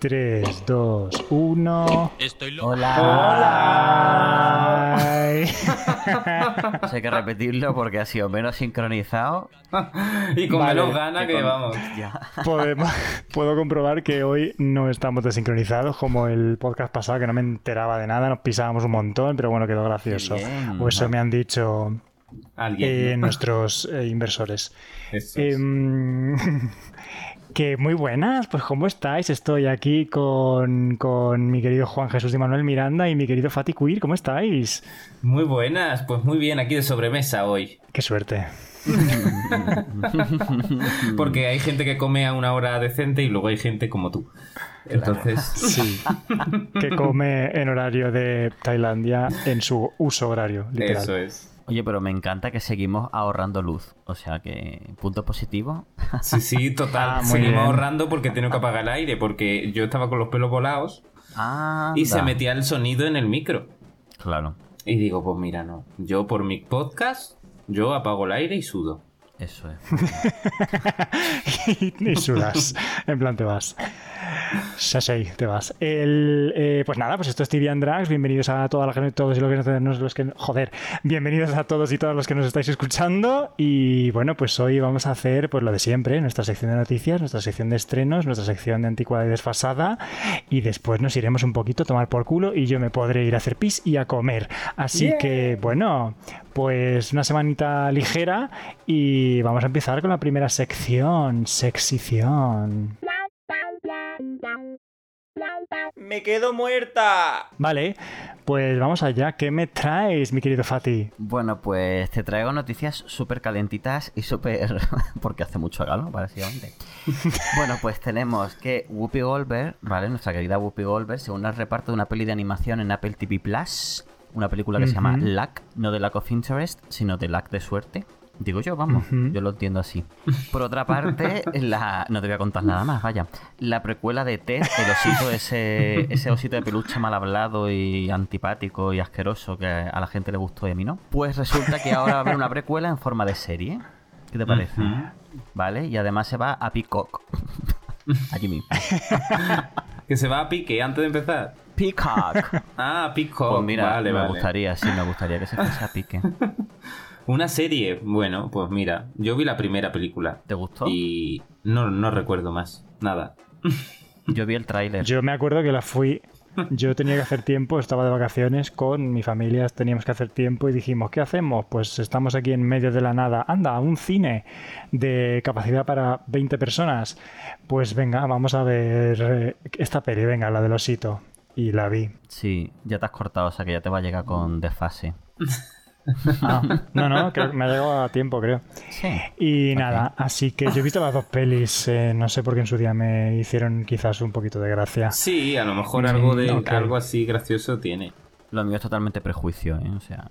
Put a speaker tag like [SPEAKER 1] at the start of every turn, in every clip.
[SPEAKER 1] 3, 2, 1.
[SPEAKER 2] Estoy loco.
[SPEAKER 3] Hola.
[SPEAKER 1] Ay.
[SPEAKER 3] Pues hay que repetirlo porque ha sido menos sincronizado.
[SPEAKER 4] Y con
[SPEAKER 1] Vale,
[SPEAKER 4] menos gana
[SPEAKER 3] que
[SPEAKER 4] que,
[SPEAKER 3] con-
[SPEAKER 4] vamos.
[SPEAKER 3] Ya.
[SPEAKER 1] Podemos- puedo comprobar que hoy no estamos desincronizados como el podcast pasado que no me enteraba de nada, nos pisábamos un montón, pero bueno, quedó gracioso.
[SPEAKER 3] Qué bien.
[SPEAKER 1] O eso me han dicho eh,
[SPEAKER 4] Alguien.
[SPEAKER 1] nuestros eh, inversores.
[SPEAKER 4] Eso es.
[SPEAKER 1] Em, que muy buenas, pues ¿cómo estáis? Estoy aquí con, con mi querido Juan Jesús de Manuel Miranda y mi querido Fati Queer, ¿cómo estáis?
[SPEAKER 4] Muy buenas, pues muy bien aquí de sobremesa hoy.
[SPEAKER 1] Qué suerte. Mm.
[SPEAKER 4] Porque hay gente que come a una hora decente y luego hay gente como tú. Entonces,
[SPEAKER 1] Sí. que come en horario de Tailandia en su uso horario, literal.
[SPEAKER 4] eso es.
[SPEAKER 3] Oye, pero me encanta que seguimos ahorrando luz. O sea que, punto positivo.
[SPEAKER 4] Sí, sí, total.
[SPEAKER 1] Ah, muy
[SPEAKER 4] Seguimos
[SPEAKER 1] bien.
[SPEAKER 4] ahorrando porque tengo que apagar el aire, porque yo estaba con los pelos volados
[SPEAKER 3] Ah,
[SPEAKER 4] y se metía el sonido en el micro.
[SPEAKER 3] Claro,
[SPEAKER 4] Y digo, pues mira, no. Yo por mi podcast, yo apago el aire y sudo.
[SPEAKER 3] eso es.
[SPEAKER 1] y sudas. En plan, te vas. Sasei, te vas. El, eh, pues nada, pues esto es TV and Drags. Bienvenidos a toda la gente, todos y los que nos, los que, joder, bienvenidos a todos y todas los que nos estáis escuchando. Y bueno, pues hoy vamos a hacer pues lo de siempre, nuestra sección de noticias, nuestra sección de estrenos, nuestra sección de anticuada y desfasada. Y después nos iremos un poquito a tomar por culo y yo me podré ir a hacer pis y a comer. Así que bueno, pues una semanita ligera y vamos a empezar con la primera sección, sexición.
[SPEAKER 5] ¡Me quedo muerta!
[SPEAKER 1] Vale, pues vamos allá. ¿Qué me traes, mi querido Fati?
[SPEAKER 3] Bueno, pues te traigo noticias súper calentitas y súper... porque hace mucho calor, básicamente. bueno, pues tenemos que Whoopi Goldberg, ¿vale? Nuestra querida Whoopi Goldberg se une al reparto de una peli de animación en Apple TV+, Plus, una película que se llama
[SPEAKER 1] Ujú.
[SPEAKER 3] Luck, no de Lack of Interest, sino de Lack de Suerte. Digo yo, vamos,
[SPEAKER 1] Ujú.
[SPEAKER 3] yo lo entiendo así. Por otra parte, la... no te voy a contar nada más, vaya. La precuela de Ted, el osito, ese, ese osito de peluche mal hablado y antipático y asqueroso que a la gente le gustó y a mí no. Pues resulta que ahora va a haber una precuela en forma de serie. ¿Qué te parece? ¿Vale? Y además se va a Peacock. Aquí mismo.
[SPEAKER 4] Que se va a pique antes de empezar.
[SPEAKER 3] Peacock.
[SPEAKER 4] Ah, pico.
[SPEAKER 3] Pues mira,
[SPEAKER 4] vale,
[SPEAKER 3] me
[SPEAKER 4] vale.
[SPEAKER 3] gustaría, sí, me gustaría que se fuese a pique.
[SPEAKER 4] Una serie. Bueno, pues mira, yo vi la primera película
[SPEAKER 3] ¿Te gustó?
[SPEAKER 4] y no, no recuerdo más. Nada.
[SPEAKER 3] Yo vi el tráiler.
[SPEAKER 1] Yo me acuerdo que la fui. Yo tenía que hacer tiempo, estaba de vacaciones con mi familia, teníamos que hacer tiempo y dijimos, ¿qué hacemos? Pues estamos aquí en medio de la nada. Anda, un cine de capacidad para 20 personas. Pues venga, vamos a ver eh, esta peli, venga, la del osito. Y la vi.
[SPEAKER 3] Sí, ya te has cortado, o sea que ya te va a llegar con desfase.
[SPEAKER 1] Ah, No, no, creo que me ha llegado a tiempo, creo.
[SPEAKER 3] Sí.
[SPEAKER 1] Y nada, así que yo he visto las dos pelis, eh, no sé por qué en su día me hicieron quizás un poquito de gracia.
[SPEAKER 4] Sí, a lo mejor algo de
[SPEAKER 1] ok.
[SPEAKER 4] algo así gracioso tiene.
[SPEAKER 3] Lo mío es totalmente prejuicio, ¿eh? O sea...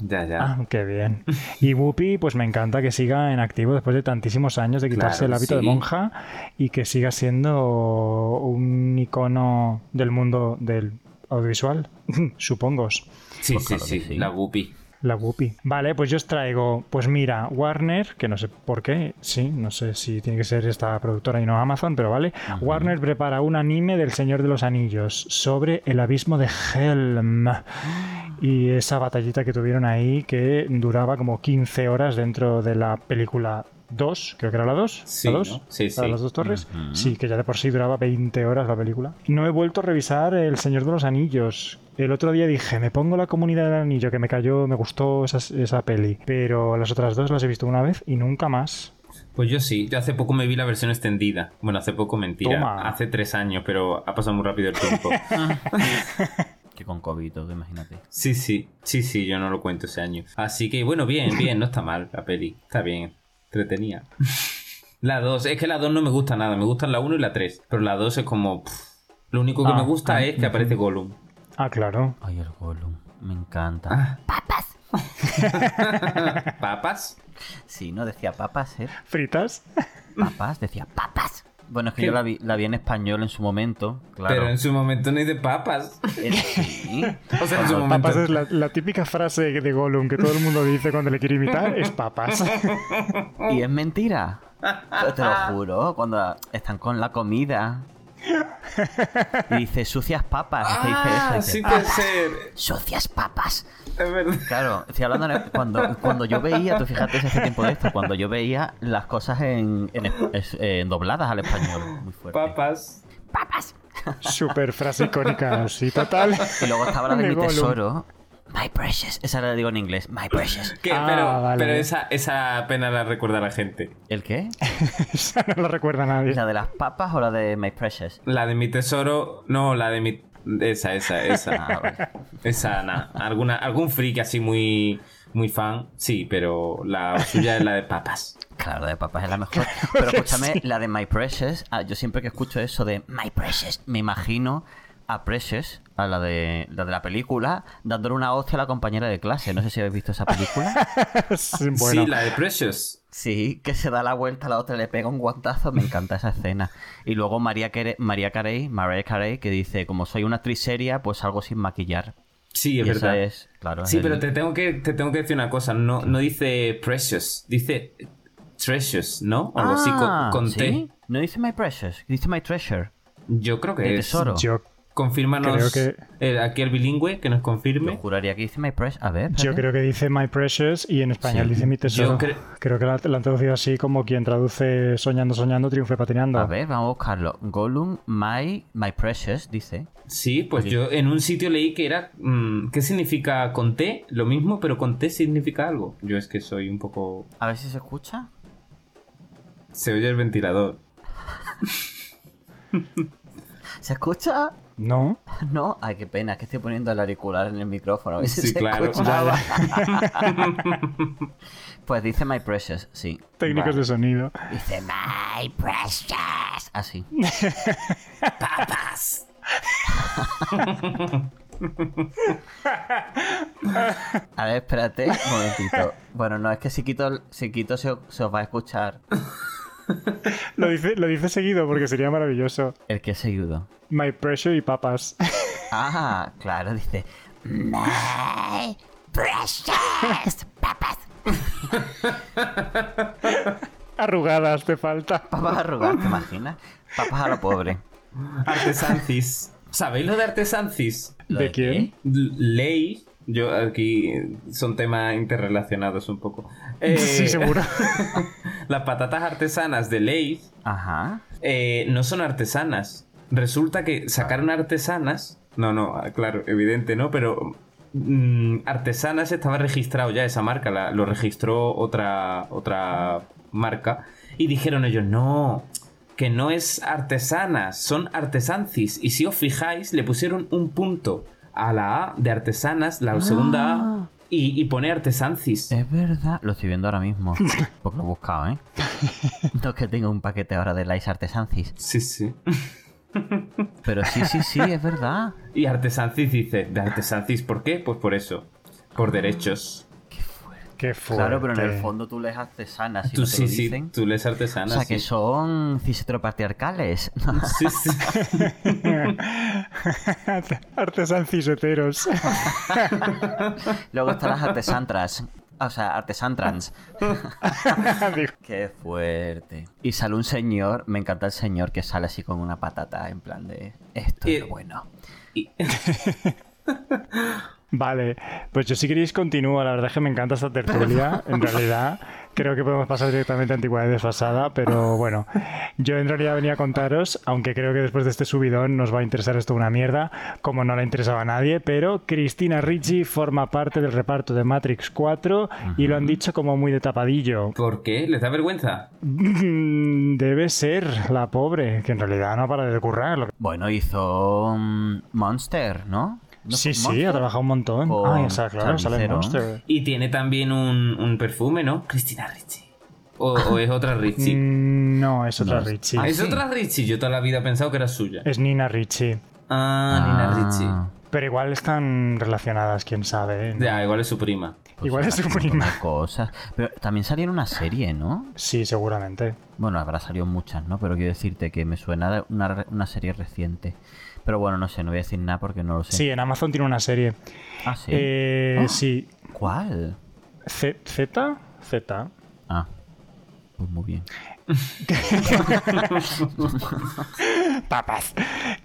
[SPEAKER 4] Ya, ya.
[SPEAKER 1] Ah, qué bien. Y Whoopi, pues me encanta que siga en activo después de tantísimos años de quitarse
[SPEAKER 4] Claro,
[SPEAKER 1] el hábito
[SPEAKER 4] sí.
[SPEAKER 1] de monja y que siga siendo un icono del mundo del audiovisual, supongos.
[SPEAKER 4] sí,
[SPEAKER 3] pues
[SPEAKER 4] sí,
[SPEAKER 3] claro
[SPEAKER 4] sí,
[SPEAKER 3] que sí.
[SPEAKER 4] La Guppy.
[SPEAKER 1] La Whoopi. Vale, pues yo os traigo, pues mira, Warner, que no sé por qué, sí, no sé si tiene que ser esta productora y no Amazon, pero vale. Warner prepara un anime del Señor de los Anillos sobre el abismo de Helm. Y esa batallita que tuvieron ahí que duraba como 15 horas dentro de la película 2, creo que era la 2.
[SPEAKER 4] Sí,
[SPEAKER 1] la 2.
[SPEAKER 4] ¿no? Sí,
[SPEAKER 1] la
[SPEAKER 4] sí.
[SPEAKER 1] de las dos torres.
[SPEAKER 3] Ujú.
[SPEAKER 1] Sí, que ya de por sí duraba 20 horas la película. No he vuelto a revisar El Señor de los Anillos. El otro día dije, me pongo la comunidad del anillo, que me cayó, me gustó esa, esa peli. Pero las otras dos las he visto una vez y nunca más.
[SPEAKER 4] Pues yo sí, yo hace poco me vi la versión extendida. Bueno, hace poco mentira.
[SPEAKER 1] Toma.
[SPEAKER 4] Hace tres años, pero ha pasado muy rápido el tiempo.
[SPEAKER 3] Que con COVID, todo, imagínate.
[SPEAKER 4] sí, sí, sí, sí, yo no lo cuento ese año. Así que bueno, bien, bien, no está mal la peli. Está bien, entretenida. La 2, es que la 2 no me gusta nada, me gustan la 1 y la 3, pero la 2 es como... pff, lo único que
[SPEAKER 1] Ah,
[SPEAKER 4] me gusta
[SPEAKER 1] ah,
[SPEAKER 4] es que aparece Gollum.
[SPEAKER 1] Ah, claro.
[SPEAKER 3] Ay, el Gollum. Me encanta.
[SPEAKER 4] Ah. ¿Papas?
[SPEAKER 3] Sí, no decía papas, ¿eh?
[SPEAKER 1] ¿Fritas?
[SPEAKER 3] Papas, decía papas. Bueno, es que
[SPEAKER 4] ¿Qué?
[SPEAKER 3] yo la vi, la vi en español en su momento, claro.
[SPEAKER 4] Pero en su momento no de papas.
[SPEAKER 3] Eh, sí.
[SPEAKER 4] O sea, en su momento...
[SPEAKER 1] Papas es la, la típica frase de Gollum que todo el mundo dice cuando le quiere imitar, es papas.
[SPEAKER 3] Y es mentira. Pero te lo juro, cuando están con la comida Y dice, sucias papas. te dice eso,
[SPEAKER 4] Ah,
[SPEAKER 3] y dice,
[SPEAKER 4] sí puede ser.
[SPEAKER 3] Sucias papas.
[SPEAKER 4] Es verdad.
[SPEAKER 3] Claro, estoy hablando en- cuando, cuando yo veía, tú fíjate si hace tiempo de esto, cuando yo veía las cosas en, en es- en dobladas al español, muy fuerte.
[SPEAKER 4] Papas.
[SPEAKER 1] Super frase icónica, sí, total.
[SPEAKER 3] Y luego estaba la de
[SPEAKER 1] De
[SPEAKER 3] mi
[SPEAKER 1] Gollum.
[SPEAKER 3] tesoro. My precious. Esa la digo en inglés. My precious.
[SPEAKER 4] Que-
[SPEAKER 1] Ah,
[SPEAKER 4] pero
[SPEAKER 1] vale.
[SPEAKER 4] pero esa, esa pena la recuerda la gente.
[SPEAKER 3] ¿El qué?
[SPEAKER 1] Esa no la recuerda nadie.
[SPEAKER 3] ¿La de las papas o la de My precious?
[SPEAKER 4] La de mi tesoro. No, la de mi. Esa, esa,
[SPEAKER 3] Ah,
[SPEAKER 4] esa.
[SPEAKER 3] vale.
[SPEAKER 4] esa, nada. Alguna, algún freak así muy, muy fan. Sí, pero la suya es la de papas.
[SPEAKER 3] Claro, la de papas es la mejor. Pero escúchame, la de My Precious, ah, yo siempre que escucho eso de My Precious, me imagino a Precious, a la de la, de la película, dándole una hostia a la compañera de clase. No sé si habéis visto esa película.
[SPEAKER 1] Sí, Bueno,
[SPEAKER 4] Sí, la de Precious.
[SPEAKER 3] Sí, que se da la vuelta a la otra, le pega un guantazo. Me encanta esa escena. Y luego María, Care- María Carey, María Carey, que dice, como soy una actriz seria, pues algo sin maquillar.
[SPEAKER 4] Sí, es
[SPEAKER 3] Y esa
[SPEAKER 4] verdad.
[SPEAKER 3] es, claro.
[SPEAKER 4] Sí,
[SPEAKER 3] es
[SPEAKER 4] pero
[SPEAKER 3] el-
[SPEAKER 4] te tengo que, te tengo que decir una cosa. No, no dice precious, dice treasures, ¿no? O algo así
[SPEAKER 3] Ah,
[SPEAKER 4] con, con
[SPEAKER 3] ¿sí?
[SPEAKER 4] T.
[SPEAKER 3] No dice My Precious, dice My Treasure.
[SPEAKER 4] Pues, Yo creo que
[SPEAKER 3] De
[SPEAKER 4] es.
[SPEAKER 3] tesoro.
[SPEAKER 1] yo,
[SPEAKER 4] Confírmanos
[SPEAKER 1] Creo que-
[SPEAKER 4] eh, aquí el bilingüe que nos
[SPEAKER 3] Yo
[SPEAKER 4] confirme.
[SPEAKER 3] juraría que dice My Precious. A ver.
[SPEAKER 1] yo
[SPEAKER 3] espérate.
[SPEAKER 1] creo que dice My Precious y en español dice Mi Tesoro.
[SPEAKER 4] cre-
[SPEAKER 1] Creo que la, la han traducido así como quien traduce Soñando, Soñando, Triunfe Patinando.
[SPEAKER 3] A ver, vamos a buscarlo. Gollum, my, my precious, dice.
[SPEAKER 4] Sí, pues yo en un sitio leí que era. mm, ¿Qué significa con T? Lo mismo, pero con T significa algo. Yo es que soy un poco.
[SPEAKER 3] A ver si se escucha.
[SPEAKER 4] Se oye el ventilador.
[SPEAKER 3] ¿Se escucha?
[SPEAKER 1] No,
[SPEAKER 3] No. Ay, qué pena, es que estoy poniendo el auricular en el micrófono. A ver si
[SPEAKER 4] Sí,
[SPEAKER 3] se
[SPEAKER 4] claro.
[SPEAKER 3] escuchaba. pues dice my precious, sí.
[SPEAKER 1] técnicos de sonido.
[SPEAKER 3] Dice my precious. Así.
[SPEAKER 4] ¡Papas!
[SPEAKER 3] A ver, espérate un momentito. Bueno, no, es que si quito, el- si quito se, se os va a escuchar
[SPEAKER 1] Lo dice, lo dice seguido porque sería maravilloso.
[SPEAKER 3] el que he seguido.
[SPEAKER 1] My Precious y Papas.
[SPEAKER 3] Ah, claro, dice my precious papas.
[SPEAKER 1] Arrugadas te falta.
[SPEAKER 3] Papas arrugadas, ¿te imaginas? Papas a lo pobre.
[SPEAKER 4] Artesancis. ¿Sabéis lo de Artesancis?
[SPEAKER 3] ¿Lo
[SPEAKER 1] ¿De
[SPEAKER 3] de
[SPEAKER 1] quién?
[SPEAKER 4] L- Ley. Yo aquí eh, son temas interrelacionados un poco. Eh,
[SPEAKER 1] Sí, seguro.
[SPEAKER 4] Las patatas artesanas de Ley
[SPEAKER 3] Ajá.
[SPEAKER 4] eh, no son artesanas. Resulta que sacaron artesanas. No, no, ah, claro, evidente, ¿no? Pero mm, artesanas estaba registrado ya esa marca, la- lo registró otra, otra marca. Y dijeron ellos, no, que no es artesanas, son artesancis. Y si os fijáis, le pusieron un punto a la A de artesanas, la segunda A, y, y pone artesancis.
[SPEAKER 3] Es verdad. Lo estoy viendo ahora mismo. Porque lo he buscado, ¿eh? No es que tenga un paquete ahora de Lice Artesancis.
[SPEAKER 4] Sí, sí.
[SPEAKER 3] Pero sí, sí, sí, es verdad.
[SPEAKER 4] Y Artesancis dice, ¿de Artesancis por qué? Pues por eso, por derechos.
[SPEAKER 1] Qué fuerte.
[SPEAKER 3] Claro, pero en el fondo tú lees artesanas y
[SPEAKER 4] tú
[SPEAKER 3] no te
[SPEAKER 4] sí,
[SPEAKER 3] lo
[SPEAKER 4] sí,
[SPEAKER 3] dicen.
[SPEAKER 4] tú lees
[SPEAKER 3] O
[SPEAKER 4] artesanas.
[SPEAKER 3] sea, que
[SPEAKER 4] sí.
[SPEAKER 3] son cisetropatriarcales.
[SPEAKER 4] Sí, sí.
[SPEAKER 1] Artesan ciseteros.
[SPEAKER 3] Luego están las artesantras. O sea, artesantrans.
[SPEAKER 1] Digo,
[SPEAKER 3] Qué fuerte. Y sale un señor, me encanta el señor que sale así con una patata en plan de... Esto es
[SPEAKER 4] Eh,
[SPEAKER 3] lo bueno.
[SPEAKER 4] Y-
[SPEAKER 1] Vale, pues yo si queréis continúo, la verdad es que me encanta esta tertulia, en realidad creo que podemos pasar directamente a Antigüedad desfasada, pero bueno, yo en realidad venía a contaros, aunque creo que después de este subidón nos va a interesar esto una mierda, como no le interesaba a nadie, pero Cristina Ricci forma parte del reparto de Matrix 4 y lo han dicho como muy de tapadillo.
[SPEAKER 4] ¿Por qué? ¿Les da vergüenza?
[SPEAKER 1] Mm, Debe ser la pobre, que en realidad no para de currar. lo que-
[SPEAKER 3] Bueno, hizo mm, Monster, ¿no? ¿No
[SPEAKER 1] Sí,
[SPEAKER 3] fue
[SPEAKER 1] sí,
[SPEAKER 3] Monster?
[SPEAKER 1] ha trabajado un montón.
[SPEAKER 3] Con
[SPEAKER 1] Ah, esa, claro,
[SPEAKER 3] Charlize
[SPEAKER 1] sale en
[SPEAKER 3] Theron.
[SPEAKER 1] Monster.
[SPEAKER 4] Y tiene también un, un perfume, ¿no? Cristina Ricci. O, o es
[SPEAKER 3] Ah.
[SPEAKER 4] otra Ricci.
[SPEAKER 1] Mm, No, es otra
[SPEAKER 3] No es-
[SPEAKER 1] Richie.
[SPEAKER 4] Ah,
[SPEAKER 1] es...
[SPEAKER 4] es otra Ricci. Yo toda la vida he pensado que era suya.
[SPEAKER 1] Nina Richie.
[SPEAKER 4] Ah, Nina
[SPEAKER 1] Pero igual están relacionadas, quién sabe. ¿eh?
[SPEAKER 4] Ricci. Ya, igual es su prima.
[SPEAKER 3] pues
[SPEAKER 1] Igual es
[SPEAKER 3] saca
[SPEAKER 1] su
[SPEAKER 3] un montón de
[SPEAKER 1] prima.
[SPEAKER 3] Cosas. Pero también salió en una serie, ¿no?
[SPEAKER 1] Sí, seguramente.
[SPEAKER 3] Bueno, habrá salido muchas, ¿no? Pero quiero decirte que me suena de una, re- una serie reciente. Pero bueno, no sé, no voy a decir nada porque no lo sé.
[SPEAKER 1] Sí, en Amazon tiene una serie. ¿Sí?
[SPEAKER 3] Ah, sí.
[SPEAKER 1] Eh,
[SPEAKER 3] Ah.
[SPEAKER 1] sí.
[SPEAKER 3] ¿Cuál?
[SPEAKER 1] Z- ¿Z? Z.
[SPEAKER 3] Ah. Pues muy bien.
[SPEAKER 1] Papas.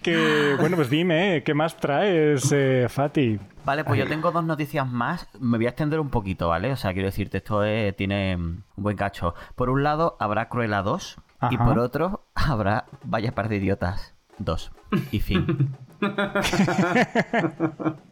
[SPEAKER 1] Que, bueno, pues dime, ¿eh? ¿qué más traes, eh, Fati?
[SPEAKER 3] Vale, pues yo tengo dos noticias más. Me voy a extender un poquito, ¿vale? O sea, quiero decirte, esto es- tiene mm, un buen cacho. Por un lado, habrá Cruella 2. Y
[SPEAKER 1] Ajá.
[SPEAKER 3] por otro, habrá Vaya Par de Idiotas 2. Y fin.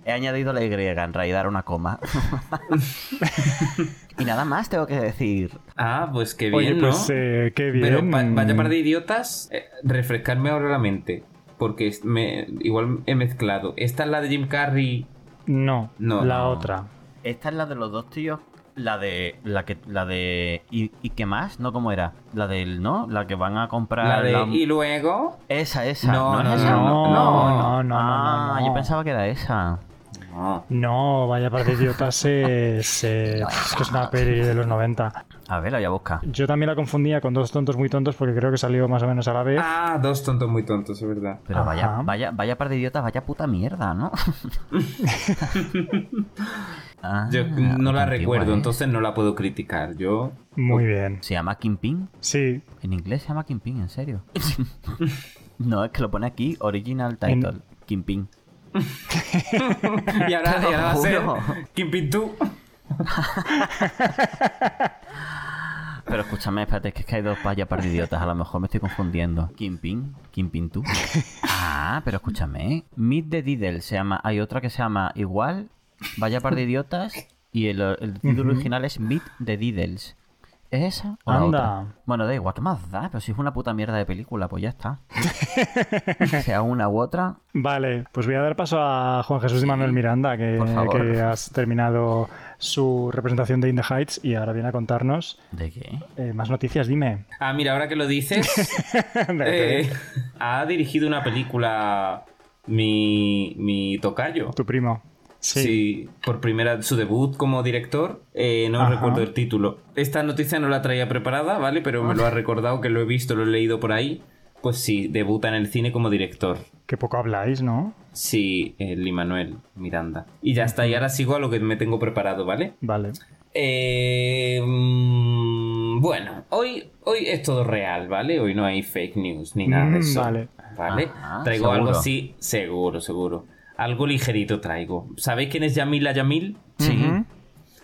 [SPEAKER 3] He añadido la Y, en realidad era una coma. y nada más tengo que decir.
[SPEAKER 4] Ah, pues qué bien,
[SPEAKER 1] Oye,
[SPEAKER 4] ¿no?
[SPEAKER 1] pues eh, qué bien.
[SPEAKER 4] Pero pa- vaya par de idiotas, eh, refrescarme ahora la mente. Porque es- me, igual he mezclado. Esta es la de Jim Carrey.
[SPEAKER 1] No,
[SPEAKER 4] No,
[SPEAKER 1] la
[SPEAKER 4] no.
[SPEAKER 1] otra.
[SPEAKER 3] Esta es la de los dos tíos. La de. La que. La de. ¿Y, y qué más? ¿No cómo era? La del. ¿No? La que van a comprar.
[SPEAKER 4] La de.
[SPEAKER 3] Ah, la-
[SPEAKER 4] Y luego.
[SPEAKER 3] Esa, esa.
[SPEAKER 4] No,
[SPEAKER 3] ¿No,
[SPEAKER 4] no,
[SPEAKER 3] es
[SPEAKER 1] No,
[SPEAKER 3] esa?
[SPEAKER 1] no, no, no, no,
[SPEAKER 3] ah,
[SPEAKER 1] no.
[SPEAKER 3] yo pensaba que era esa. Ah.
[SPEAKER 1] No, vaya par de idiotas es, eh, es que es una peli de los 90.
[SPEAKER 3] A ver, la voy a buscar.
[SPEAKER 1] Yo también la confundía con dos tontos muy tontos porque creo que salió más o menos a la vez.
[SPEAKER 4] Ah, dos tontos muy tontos, es verdad.
[SPEAKER 3] Pero vaya,
[SPEAKER 1] Ajá.
[SPEAKER 3] vaya, vaya par de idiotas, vaya puta mierda, ¿no? Ah,
[SPEAKER 4] Yo no la
[SPEAKER 3] antigua,
[SPEAKER 4] recuerdo,
[SPEAKER 3] ¿eh?
[SPEAKER 4] entonces no la puedo criticar. Yo.
[SPEAKER 1] Muy bien.
[SPEAKER 3] ¿Se llama Kingpin?
[SPEAKER 1] Sí,
[SPEAKER 3] En inglés se llama Kingpin, en serio. no, es que lo pone aquí, original
[SPEAKER 1] En-
[SPEAKER 3] title, Kingpin.
[SPEAKER 4] Y ahora,
[SPEAKER 3] Te lo
[SPEAKER 4] y ahora va a ser.
[SPEAKER 3] juro.
[SPEAKER 4] Kim Pintu.
[SPEAKER 3] Pero escúchame, espérate, es que, es que hay dos vaya par de idiotas, a lo mejor me estoy confundiendo. Kingpin, Kingpin tú. Ah, pero escúchame. Meet the Diddle se llama, hay otra que se llama igual, vaya par de idiotas, y el, el título original es Meet the Diddles. ¿Es esa? ¿O la
[SPEAKER 1] Anda.
[SPEAKER 3] otra? Bueno, da igual, ¿qué más da? Pero si es una puta mierda de película, pues ya está. sea una u otra,
[SPEAKER 1] Vale, pues voy a dar paso a Juan Jesús y Manuel Miranda, que,
[SPEAKER 3] por favor.
[SPEAKER 1] que has terminado su representación de In the Heights y ahora viene a contarnos
[SPEAKER 3] ¿de qué?
[SPEAKER 1] eh, más noticias, dime.
[SPEAKER 4] Ah, mira, ahora que lo dices. eh, ha dirigido una película. Mi. Mi tocayo.
[SPEAKER 1] tu primo.
[SPEAKER 4] Sí. por primera su debut como director, eh, no
[SPEAKER 1] Ajá.
[SPEAKER 4] recuerdo el título. Esta noticia no la traía preparada, ¿vale? Pero me lo ha recordado que lo he visto, lo he leído por ahí. Pues sí, debuta en el cine como director.
[SPEAKER 1] Que poco habláis, ¿no?
[SPEAKER 4] Sí, el Manuel Miranda. Y ya está, y ahora sigo a lo que me tengo preparado, ¿vale?
[SPEAKER 1] Vale.
[SPEAKER 4] Eh, mm, bueno, hoy, hoy es todo real, ¿vale? Hoy no hay fake news ni nada de
[SPEAKER 1] Mm,
[SPEAKER 4] eso.
[SPEAKER 1] vale.
[SPEAKER 4] ¿Vale?
[SPEAKER 3] Ajá,
[SPEAKER 4] traigo
[SPEAKER 3] seguro.
[SPEAKER 4] algo así, seguro, seguro. Algo ligerito traigo. ¿Sabéis quién es Yamila Yamil?
[SPEAKER 3] Sí.
[SPEAKER 1] Ujú.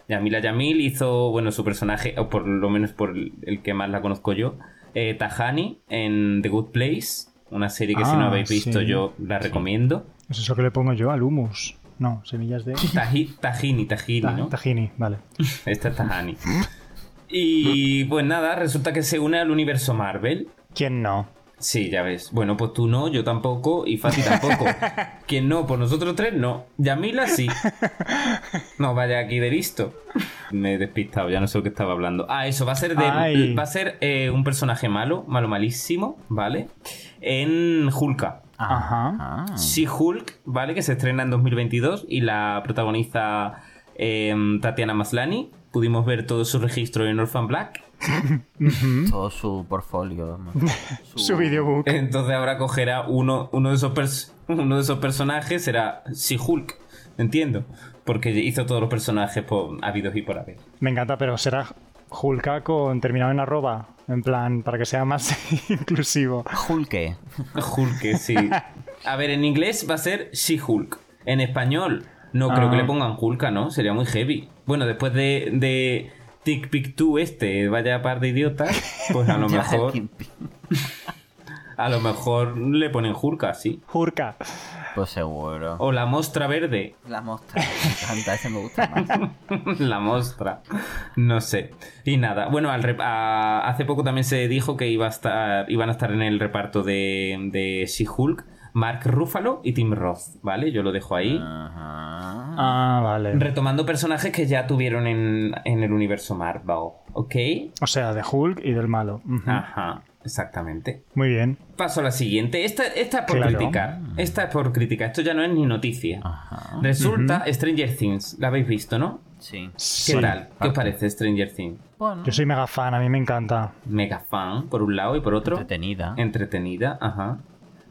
[SPEAKER 4] Yamila Yamil hizo, bueno, su personaje, o por lo menos por el el que más la conozco yo, eh, Tahani en The Good Place, una serie que si
[SPEAKER 1] Ah,
[SPEAKER 4] no habéis visto
[SPEAKER 1] sí.
[SPEAKER 4] yo la recomiendo.
[SPEAKER 1] Es eso que le pongo yo al humus. No, semillas de
[SPEAKER 4] Taji- Tajini, Tajini,
[SPEAKER 1] Ta-
[SPEAKER 4] ¿no?
[SPEAKER 1] tajini, vale.
[SPEAKER 4] Esta Este es Tahani. Y pues nada, resulta que se une al universo Marvel.
[SPEAKER 1] ¿Quién no?
[SPEAKER 4] Sí, ya ves. Bueno, pues tú no, yo tampoco y Fati tampoco. Quien no, por nosotros tres no. Yamila sí. No vaya aquí de listo. Me he despistado, ya no sé lo que estaba hablando. Ah, eso, va a ser de,
[SPEAKER 1] Ay.
[SPEAKER 4] va a ser eh, un personaje malo, malo malísimo, ¿vale? En Hulka.
[SPEAKER 1] Ajá.
[SPEAKER 3] Ah.
[SPEAKER 4] Sí, Hulk, ¿vale? Que se estrena en 2022 y la protagoniza eh, Tatiana Maslani. Pudimos ver todo su registro en Orphan Black.
[SPEAKER 3] Todo su portfolio.
[SPEAKER 1] Su videobook.
[SPEAKER 4] Entonces ahora cogerá uno, uno, de, esos pers- uno de esos personajes, será She-Hulk, entiendo. Porque hizo todos los personajes por, habidos y por haber.
[SPEAKER 1] Me encanta, pero será Hulka con terminado en arroba. En plan, para que sea más inclusivo.
[SPEAKER 3] Julke.
[SPEAKER 4] Hulk, sí. A ver, en inglés va a ser She-Hulk. En español, no creo
[SPEAKER 1] Ah.
[SPEAKER 4] que le pongan Hulk, ¿no? Sería muy heavy. Bueno, después de, de Tick Pick 2 este, vaya par de idiotas, pues a lo
[SPEAKER 3] Ya, el
[SPEAKER 4] mejor,
[SPEAKER 3] Kingpin.
[SPEAKER 4] a lo mejor le ponen Hulk, sí.
[SPEAKER 1] Hulka.
[SPEAKER 3] Pues seguro.
[SPEAKER 4] O la mostra verde.
[SPEAKER 3] La mostra, me encanta, ese me gusta más.
[SPEAKER 4] La mostra. No sé. Y nada. Bueno, al rep- a- hace poco también se dijo que iba a estar, iban a estar en el reparto de, de She-Hulk, Mark Ruffalo y Tim Roth, ¿vale? Yo lo dejo ahí.
[SPEAKER 3] Ajá.
[SPEAKER 1] Ah, vale.
[SPEAKER 4] Retomando personajes que ya tuvieron en, en el universo Marvel, ¿ok?
[SPEAKER 1] O sea, de Hulk y del malo. Ujú.
[SPEAKER 4] Ajá, exactamente.
[SPEAKER 1] Muy bien.
[SPEAKER 4] Paso a la siguiente. Esta, esta es por
[SPEAKER 1] Claro. Ah.
[SPEAKER 4] criticar. Esta es por criticar. Esto ya no es ni noticia.
[SPEAKER 3] Ajá.
[SPEAKER 4] Resulta Stranger Things. La habéis visto, ¿no?
[SPEAKER 3] Sí.
[SPEAKER 4] ¿Qué
[SPEAKER 1] Sí.
[SPEAKER 4] tal? ¿Qué os parece Stranger Things?
[SPEAKER 3] Bueno,
[SPEAKER 1] Yo soy mega fan, a mí me encanta.
[SPEAKER 4] mega fan, por un lado, y por otro, entretenida.
[SPEAKER 3] entretenida.
[SPEAKER 4] ajá.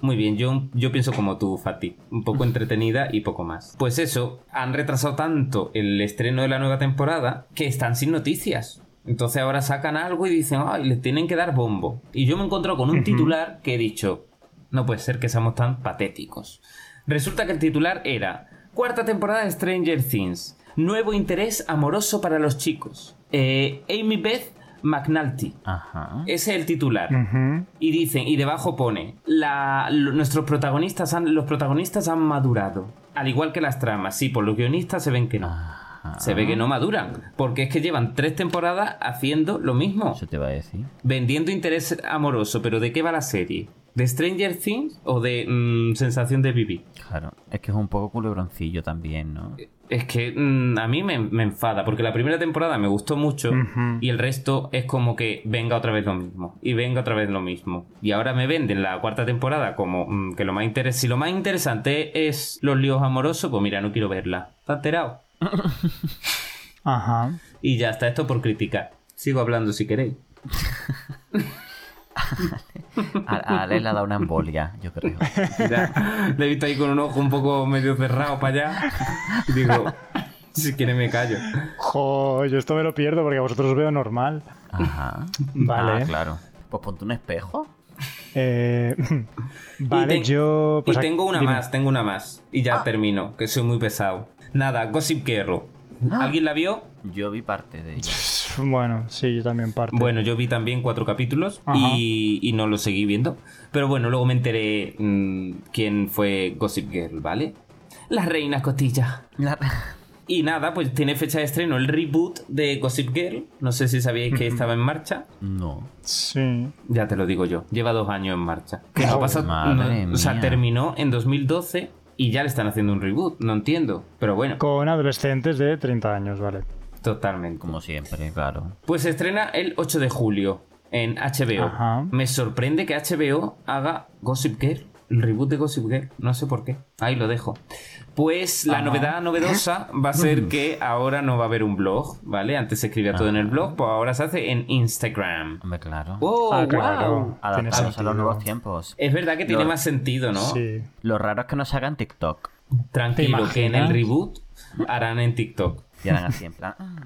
[SPEAKER 4] Muy bien, yo, yo pienso como tú, Fati. Un poco entretenida y poco más. Pues eso, han retrasado tanto el estreno de la nueva temporada que están sin noticias. Entonces ahora sacan algo y dicen, ay, les tienen que dar bombo. Y yo me encontré con un titular que he dicho, no puede ser que seamos tan patéticos. Resulta que el titular era, cuarta temporada de Stranger Things, nuevo interés amoroso para los chicos. Eh, Amy Beth McNulty.
[SPEAKER 3] Ajá.
[SPEAKER 4] Ese es el titular.
[SPEAKER 1] Ujú.
[SPEAKER 4] Y dicen, y debajo pone, la, lo- nuestros protagonistas han, los protagonistas han madurado. Al igual que las tramas, sí, por los guionistas se ven que no.
[SPEAKER 3] Ajá.
[SPEAKER 4] Se ve que no maduran, porque es que llevan tres temporadas haciendo lo mismo,
[SPEAKER 3] Eso te va a decir.
[SPEAKER 4] vendiendo interés amoroso, pero ¿de qué va la serie? ¿De Stranger Things o de mm, Sensación de Vivir?
[SPEAKER 3] Claro. Es que es un poco culebroncillo también, ¿no?
[SPEAKER 4] Es que mm, a mí me, me enfada, porque la primera temporada me gustó mucho
[SPEAKER 1] Ujú.
[SPEAKER 4] y el resto es como que venga otra vez lo mismo y venga otra vez lo mismo. Y ahora me venden la cuarta temporada como mm, que lo más interesante, si lo más interesante es los líos amorosos, pues mira, no quiero verla. ¿Está enterado?
[SPEAKER 1] Ajá.
[SPEAKER 4] Y ya está, esto por criticar. Sigo hablando si queréis.
[SPEAKER 3] A, a Ale le ha dado una embolia, yo creo.
[SPEAKER 4] Ya, le he visto ahí con un ojo un poco medio cerrado para allá. Y digo, si quiere me callo.
[SPEAKER 1] Jo, yo esto me lo pierdo porque a vosotros os veo normal.
[SPEAKER 3] Ajá.
[SPEAKER 1] Vale.
[SPEAKER 3] Ah, claro. Pues ponte un espejo.
[SPEAKER 1] Eh, vale,
[SPEAKER 4] Y ten-
[SPEAKER 1] yo. pues,
[SPEAKER 4] y
[SPEAKER 1] ac-
[SPEAKER 4] tengo una
[SPEAKER 1] dime.
[SPEAKER 4] más, tengo una más. Y ya termino, que soy muy pesado. Nada, Gossip Girl. ¿Alguien la vio?
[SPEAKER 3] Yo vi parte de ella.
[SPEAKER 1] Bueno, sí, yo también parto.
[SPEAKER 4] Bueno, yo vi también cuatro capítulos
[SPEAKER 1] Ajá.
[SPEAKER 4] y, y no lo seguí viendo. Pero bueno, luego me enteré mm, quién fue Gossip Girl, ¿vale? La reina costilla.
[SPEAKER 3] La-
[SPEAKER 4] Y nada, pues tiene fecha de estreno el reboot de Gossip Girl. No sé si sabíais que estaba en marcha.
[SPEAKER 3] No.
[SPEAKER 1] Sí.
[SPEAKER 4] Ya te lo digo yo, lleva dos años en marcha. Que no
[SPEAKER 1] Joder,
[SPEAKER 4] pasa,
[SPEAKER 3] madre
[SPEAKER 4] no- o sea,
[SPEAKER 3] mía.
[SPEAKER 4] terminó en 2012 y ya le están haciendo un reboot, no entiendo, pero bueno,
[SPEAKER 1] Con adolescentes de 30 años, vale.
[SPEAKER 4] totalmente.
[SPEAKER 3] Como siempre, claro.
[SPEAKER 4] Pues se estrena el 8 de julio en HBO.
[SPEAKER 1] Ajá.
[SPEAKER 4] Me sorprende que HBO haga Gossip Girl, el reboot de Gossip Girl, no sé por qué. Ahí lo dejo. Pues la novedad novedosa va a ser que ahora no va a haber un blog, ¿vale? Antes se escribía todo en
[SPEAKER 1] Ah.
[SPEAKER 4] el blog, pues ahora se hace en Instagram.
[SPEAKER 3] Hombre, claro.
[SPEAKER 4] ¡Oh,
[SPEAKER 1] Ah,
[SPEAKER 4] wow!
[SPEAKER 1] claro. Tiene
[SPEAKER 3] Adaptados a
[SPEAKER 1] sentido.
[SPEAKER 3] los nuevos tiempos.
[SPEAKER 4] Es verdad que tiene
[SPEAKER 3] Lo-
[SPEAKER 4] más sentido, ¿no?
[SPEAKER 1] Sí.
[SPEAKER 3] Lo raro es que no se hagan TikTok.
[SPEAKER 4] Tranquilo,
[SPEAKER 1] ¿Te
[SPEAKER 4] que en el
[SPEAKER 1] imaginas?
[SPEAKER 4] reboot harán en TikTok.
[SPEAKER 3] Y harán así, en plan. "Ah,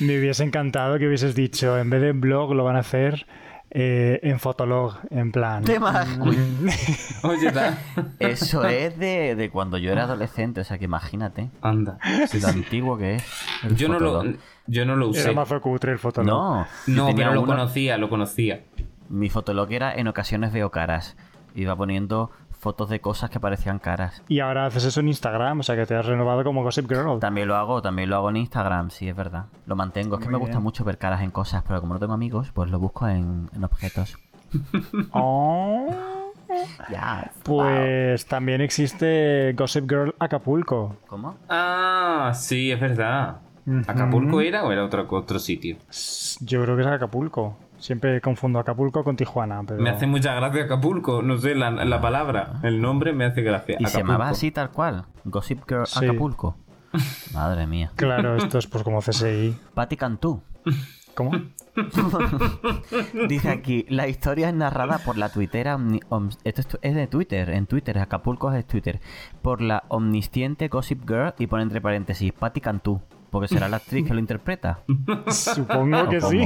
[SPEAKER 1] Me hubiese encantado que hubieses dicho, en vez de blog lo van a hacer eh, en Fotolog, en plan.
[SPEAKER 3] temas". Uy,
[SPEAKER 4] Oye, da-
[SPEAKER 3] Eso es de, de cuando yo era adolescente, o sea que imagínate.
[SPEAKER 4] Anda. Sí,
[SPEAKER 3] Lo
[SPEAKER 4] sí.
[SPEAKER 3] antiguo que es. el
[SPEAKER 4] Yo, no lo,
[SPEAKER 3] Fotolog.
[SPEAKER 4] yo no lo
[SPEAKER 1] Era
[SPEAKER 4] usé.
[SPEAKER 1] mazo cutre el Fotolog.
[SPEAKER 3] No, yo
[SPEAKER 4] No,
[SPEAKER 3] tenía
[SPEAKER 4] pero lo
[SPEAKER 3] uno-
[SPEAKER 4] conocía, lo conocía.
[SPEAKER 3] Mi fotolog era en ocasiones veo caras. Iba poniendo fotos de cosas que parecían caras.
[SPEAKER 1] Y ahora haces eso en Instagram, o sea que te has renovado como Gossip Girl.
[SPEAKER 3] También lo hago, también lo hago en Instagram, sí, es verdad. Lo mantengo, es que
[SPEAKER 1] Muy
[SPEAKER 3] me gusta
[SPEAKER 1] bien.
[SPEAKER 3] mucho ver caras en cosas, pero como no tengo amigos, pues lo busco en, en objetos.
[SPEAKER 1] Oh,
[SPEAKER 3] Ya.
[SPEAKER 1] pues también existe Gossip Girl Acapulco.
[SPEAKER 3] ¿Cómo?
[SPEAKER 4] Ah, sí, es verdad.
[SPEAKER 1] Ujú.
[SPEAKER 4] ¿Acapulco era o era otro, otro sitio?
[SPEAKER 1] Yo creo que es Acapulco. Siempre confundo Acapulco con Tijuana, pero...
[SPEAKER 4] Me hace mucha gracia Acapulco, no sé, la, la palabra, el nombre me hace gracia.
[SPEAKER 3] Y se
[SPEAKER 4] eh, Acapulco.
[SPEAKER 3] llamaba así tal cual. Gossip Girl
[SPEAKER 1] Sí.
[SPEAKER 3] Acapulco. Madre mía.
[SPEAKER 1] Claro, esto es pues como CSI.
[SPEAKER 3] Patti Cantú.
[SPEAKER 1] ¿Cómo?
[SPEAKER 3] Dice aquí, la historia es narrada por la tuitera... omni- om- esto es, tu- es de Twitter, en Twitter, Acapulco es Twitter. Por la omnisciente Gossip Girl y pone entre paréntesis Patti Cantú. Porque será la actriz que lo interpreta.
[SPEAKER 1] Supongo
[SPEAKER 3] ¿O
[SPEAKER 1] que
[SPEAKER 3] cómo?
[SPEAKER 1] sí.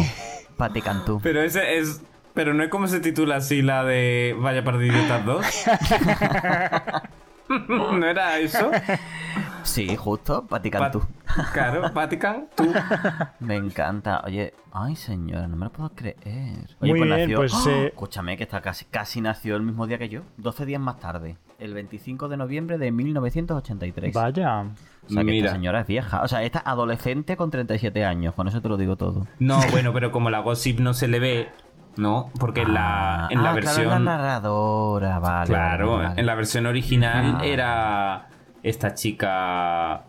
[SPEAKER 3] Patti Cantú.
[SPEAKER 4] Pero ese es. Pero no es como se titula así la de Vaya para Idiotas 2. ¿No era eso?
[SPEAKER 3] Sí, justo, Patti
[SPEAKER 4] Pa-
[SPEAKER 3] Cantú.
[SPEAKER 4] Claro, Vatican, tú.
[SPEAKER 3] Me encanta. Oye, ay señora, no me lo puedo creer. Oye,
[SPEAKER 1] Muy bien, pues,
[SPEAKER 3] ¡Ah!
[SPEAKER 1] eh,
[SPEAKER 3] Escúchame, que está casi, casi nació el mismo día que yo. 12 días más tarde. El 25 de noviembre de 1983.
[SPEAKER 1] Vaya.
[SPEAKER 3] O sea, que
[SPEAKER 4] Mira.
[SPEAKER 3] esta señora es vieja. O sea, esta adolescente con 37 años. Con eso te lo digo todo.
[SPEAKER 4] No, bueno, pero como la gossip no se le ve, ¿no? Porque en la,
[SPEAKER 3] Ah,
[SPEAKER 4] en la
[SPEAKER 3] ah,
[SPEAKER 4] versión.
[SPEAKER 3] Claro, es
[SPEAKER 4] Claro,
[SPEAKER 3] la narradora, vale. vale, vale.
[SPEAKER 4] en la versión original
[SPEAKER 3] Ah.
[SPEAKER 4] era esta chica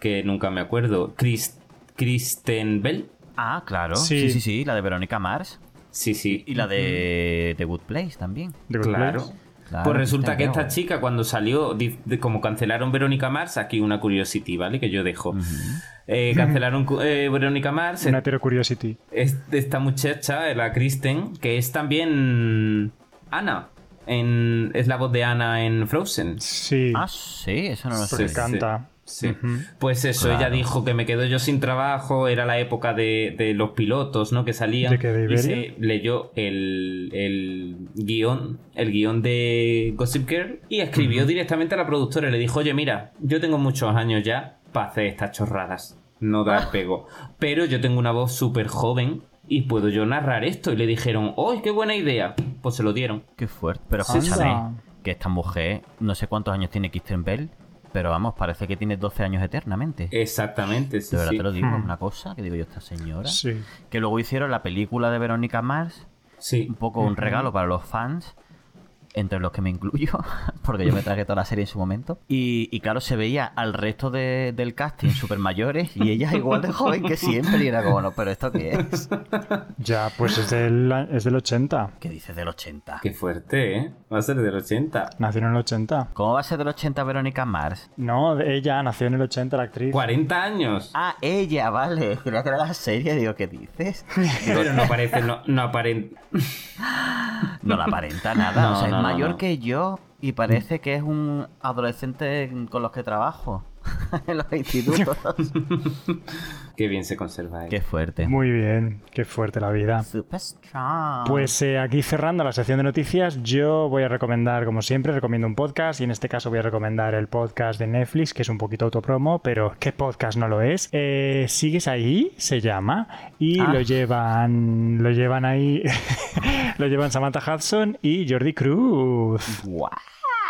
[SPEAKER 4] que nunca me acuerdo. Chris- Kristen Bell.
[SPEAKER 3] Ah, claro.
[SPEAKER 1] Sí.
[SPEAKER 3] Sí. sí, sí, la de Verónica Mars.
[SPEAKER 4] Sí, sí.
[SPEAKER 3] Y la de The Good Place también.
[SPEAKER 1] The Good
[SPEAKER 4] Claro.
[SPEAKER 1] Place.
[SPEAKER 3] Claro,
[SPEAKER 4] Pues resulta
[SPEAKER 3] Kristen
[SPEAKER 4] que
[SPEAKER 3] Bell.
[SPEAKER 4] esta chica cuando salió, di- de- como cancelaron Verónica Mars, aquí una curiosity, ¿vale? Que yo dejo.
[SPEAKER 3] Mm.
[SPEAKER 4] Eh, cancelaron cu- eh, Verónica Mars,
[SPEAKER 1] Una hetero curiosity.
[SPEAKER 4] es de esta muchacha, eh, la Kristen, que es también Ana. En, es la voz de Ana en Frozen.
[SPEAKER 1] Sí.
[SPEAKER 3] Ah, sí, eso no lo
[SPEAKER 1] porque
[SPEAKER 3] sé.
[SPEAKER 4] sí.
[SPEAKER 1] canta.
[SPEAKER 4] Sí. Pues eso, ella dijo que me quedo yo sin trabajo, era la época de, de los pilotos, ¿no? Que salían.
[SPEAKER 1] ¿De qué, de
[SPEAKER 4] y
[SPEAKER 1] Iberia?
[SPEAKER 4] se leyó el, el guión, el guión de Gossip Girl y escribió directamente a la productora y le dijo, oye, mira, yo tengo muchos años ya para hacer estas chorradas. No da pego. Pero yo tengo una voz súper joven y puedo yo narrar esto. Y le dijeron, ¡ay, qué buena idea! Pues se lo dieron.
[SPEAKER 3] Qué fuerte. Pero
[SPEAKER 1] Anda.
[SPEAKER 3] escúchame, que esta mujer, no sé cuántos años tiene Kristen Bell, pero vamos, parece que tiene 12 años eternamente.
[SPEAKER 4] Exactamente, sí,
[SPEAKER 3] de verdad
[SPEAKER 4] Eh, sí. Mm.
[SPEAKER 3] te lo digo,
[SPEAKER 1] Hmm.
[SPEAKER 3] una cosa que digo yo esta señora.
[SPEAKER 1] Sí.
[SPEAKER 3] Que luego hicieron la película de Verónica Mars,
[SPEAKER 4] Sí.
[SPEAKER 3] un poco un regalo para los fans, entre los que me incluyo, porque yo me tragué toda la serie en su momento. Y, y claro, se veía al resto de- del casting super mayores y ella igual de joven que siempre. Y era como, no, pero ¿esto qué es?
[SPEAKER 1] Ya, pues es del, es del 80.
[SPEAKER 3] ¿Qué dices del 80?
[SPEAKER 4] Qué fuerte, ¿eh? Va a ser del 80.
[SPEAKER 1] Nació en el 80.
[SPEAKER 3] ¿Cómo va a ser del 80 Verónica Mars?
[SPEAKER 1] No, ella nació en el 80, la actriz.
[SPEAKER 4] 40 años.
[SPEAKER 3] Ah, ella, vale. Creía que era la serie, digo, ¿qué dices?
[SPEAKER 4] Pero no aparece, no, no aparente.
[SPEAKER 3] No la aparenta nada.
[SPEAKER 4] No,
[SPEAKER 3] o sea,
[SPEAKER 4] no,
[SPEAKER 3] es
[SPEAKER 4] no,
[SPEAKER 3] mayor
[SPEAKER 4] no.
[SPEAKER 3] que yo y parece que es un adolescente con los que trabajo en los institutos.
[SPEAKER 4] Qué bien se conserva. eh.
[SPEAKER 3] Qué fuerte.
[SPEAKER 1] Muy bien, qué fuerte la vida.
[SPEAKER 3] Super strong.
[SPEAKER 1] Pues eh, aquí cerrando la sección de noticias, yo voy a recomendar, como siempre, recomiendo un podcast y en este caso voy a recomendar el podcast de Netflix, que es un poquito autopromo, pero ¿qué podcast no lo es? Eh, Sigues ahí, se llama, y
[SPEAKER 3] Ah.
[SPEAKER 1] lo llevan, lo llevan ahí, lo llevan Samantha Hudson y Jordi Cruz.
[SPEAKER 3] Guau.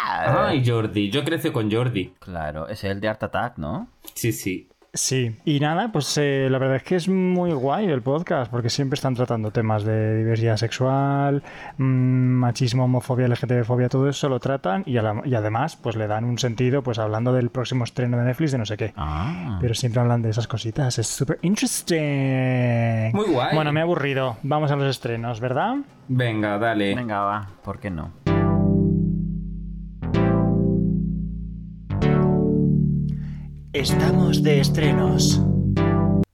[SPEAKER 4] Ay, Jordi. Yo crecí con Jordi.
[SPEAKER 3] Claro, ese es el de Art Attack, ¿no?
[SPEAKER 4] Sí, sí.
[SPEAKER 1] Sí, y nada, pues eh, la verdad es que es muy guay el podcast, porque siempre están tratando temas de diversidad sexual, mm, machismo, homofobia, LGTB-fobia, todo eso lo tratan y, a la- y además pues le dan un sentido pues hablando del próximo estreno de Netflix de no sé qué.
[SPEAKER 3] Ah.
[SPEAKER 1] Pero siempre hablan de esas cositas, es súper interesting.
[SPEAKER 4] Muy guay.
[SPEAKER 1] Bueno, me he aburrido, vamos a los estrenos, ¿verdad?
[SPEAKER 4] Venga, dale.
[SPEAKER 3] Venga, va, ¿por qué no?
[SPEAKER 5] Estamos de estrenos.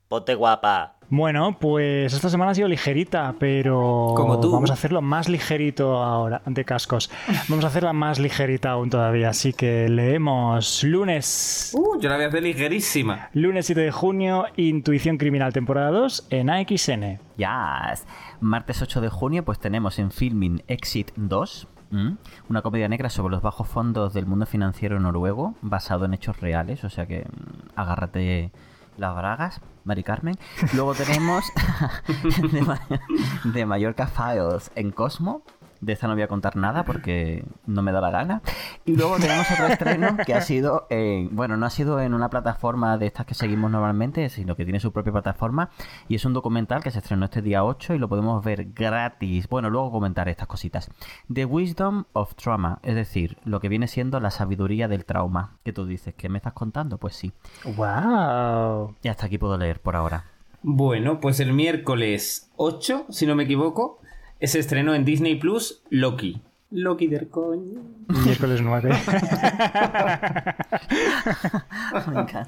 [SPEAKER 5] Ponte guapa.
[SPEAKER 1] Bueno, pues esta semana ha sido ligerita, pero
[SPEAKER 4] Como tú.
[SPEAKER 1] vamos a hacerlo más ligerito ahora, de cascos. Vamos a hacerla más ligerita aún todavía, así que leemos lunes.
[SPEAKER 4] Uh, yo la voy a hacer ligerísima.
[SPEAKER 1] Lunes 7 de junio, Intuición Criminal, temporada 2, en AXN.
[SPEAKER 3] Yes. Martes 8 de junio, pues tenemos en filming Exit 2, ¿m? una comedia negra sobre los bajos fondos del mundo financiero noruego, basado en hechos reales, o sea que mm, agárrate las bragas, Mari Carmen. Luego tenemos de, Ma- de Mallorca Files en Cosmo. De esta no voy a contar nada porque no me da la gana. Y luego tenemos otro estreno que ha sido, en- bueno, no ha sido en una plataforma de estas que seguimos normalmente, sino que tiene su propia plataforma. Y es un documental que se estrenó este día 8 y lo podemos ver gratis. Bueno, luego comentaré estas cositas. The Wisdom of Trauma, es decir, lo que viene siendo la sabiduría del trauma. Que tú dices, ¿qué me estás contando? Pues sí.
[SPEAKER 1] ¡Wow!
[SPEAKER 3] Y hasta aquí puedo leer por ahora.
[SPEAKER 4] Bueno, pues el miércoles 8, si no me equivoco, se estrenó en Disney Plus Loki. Loki del coño.
[SPEAKER 1] Miércoles 9.
[SPEAKER 3] Me encanta.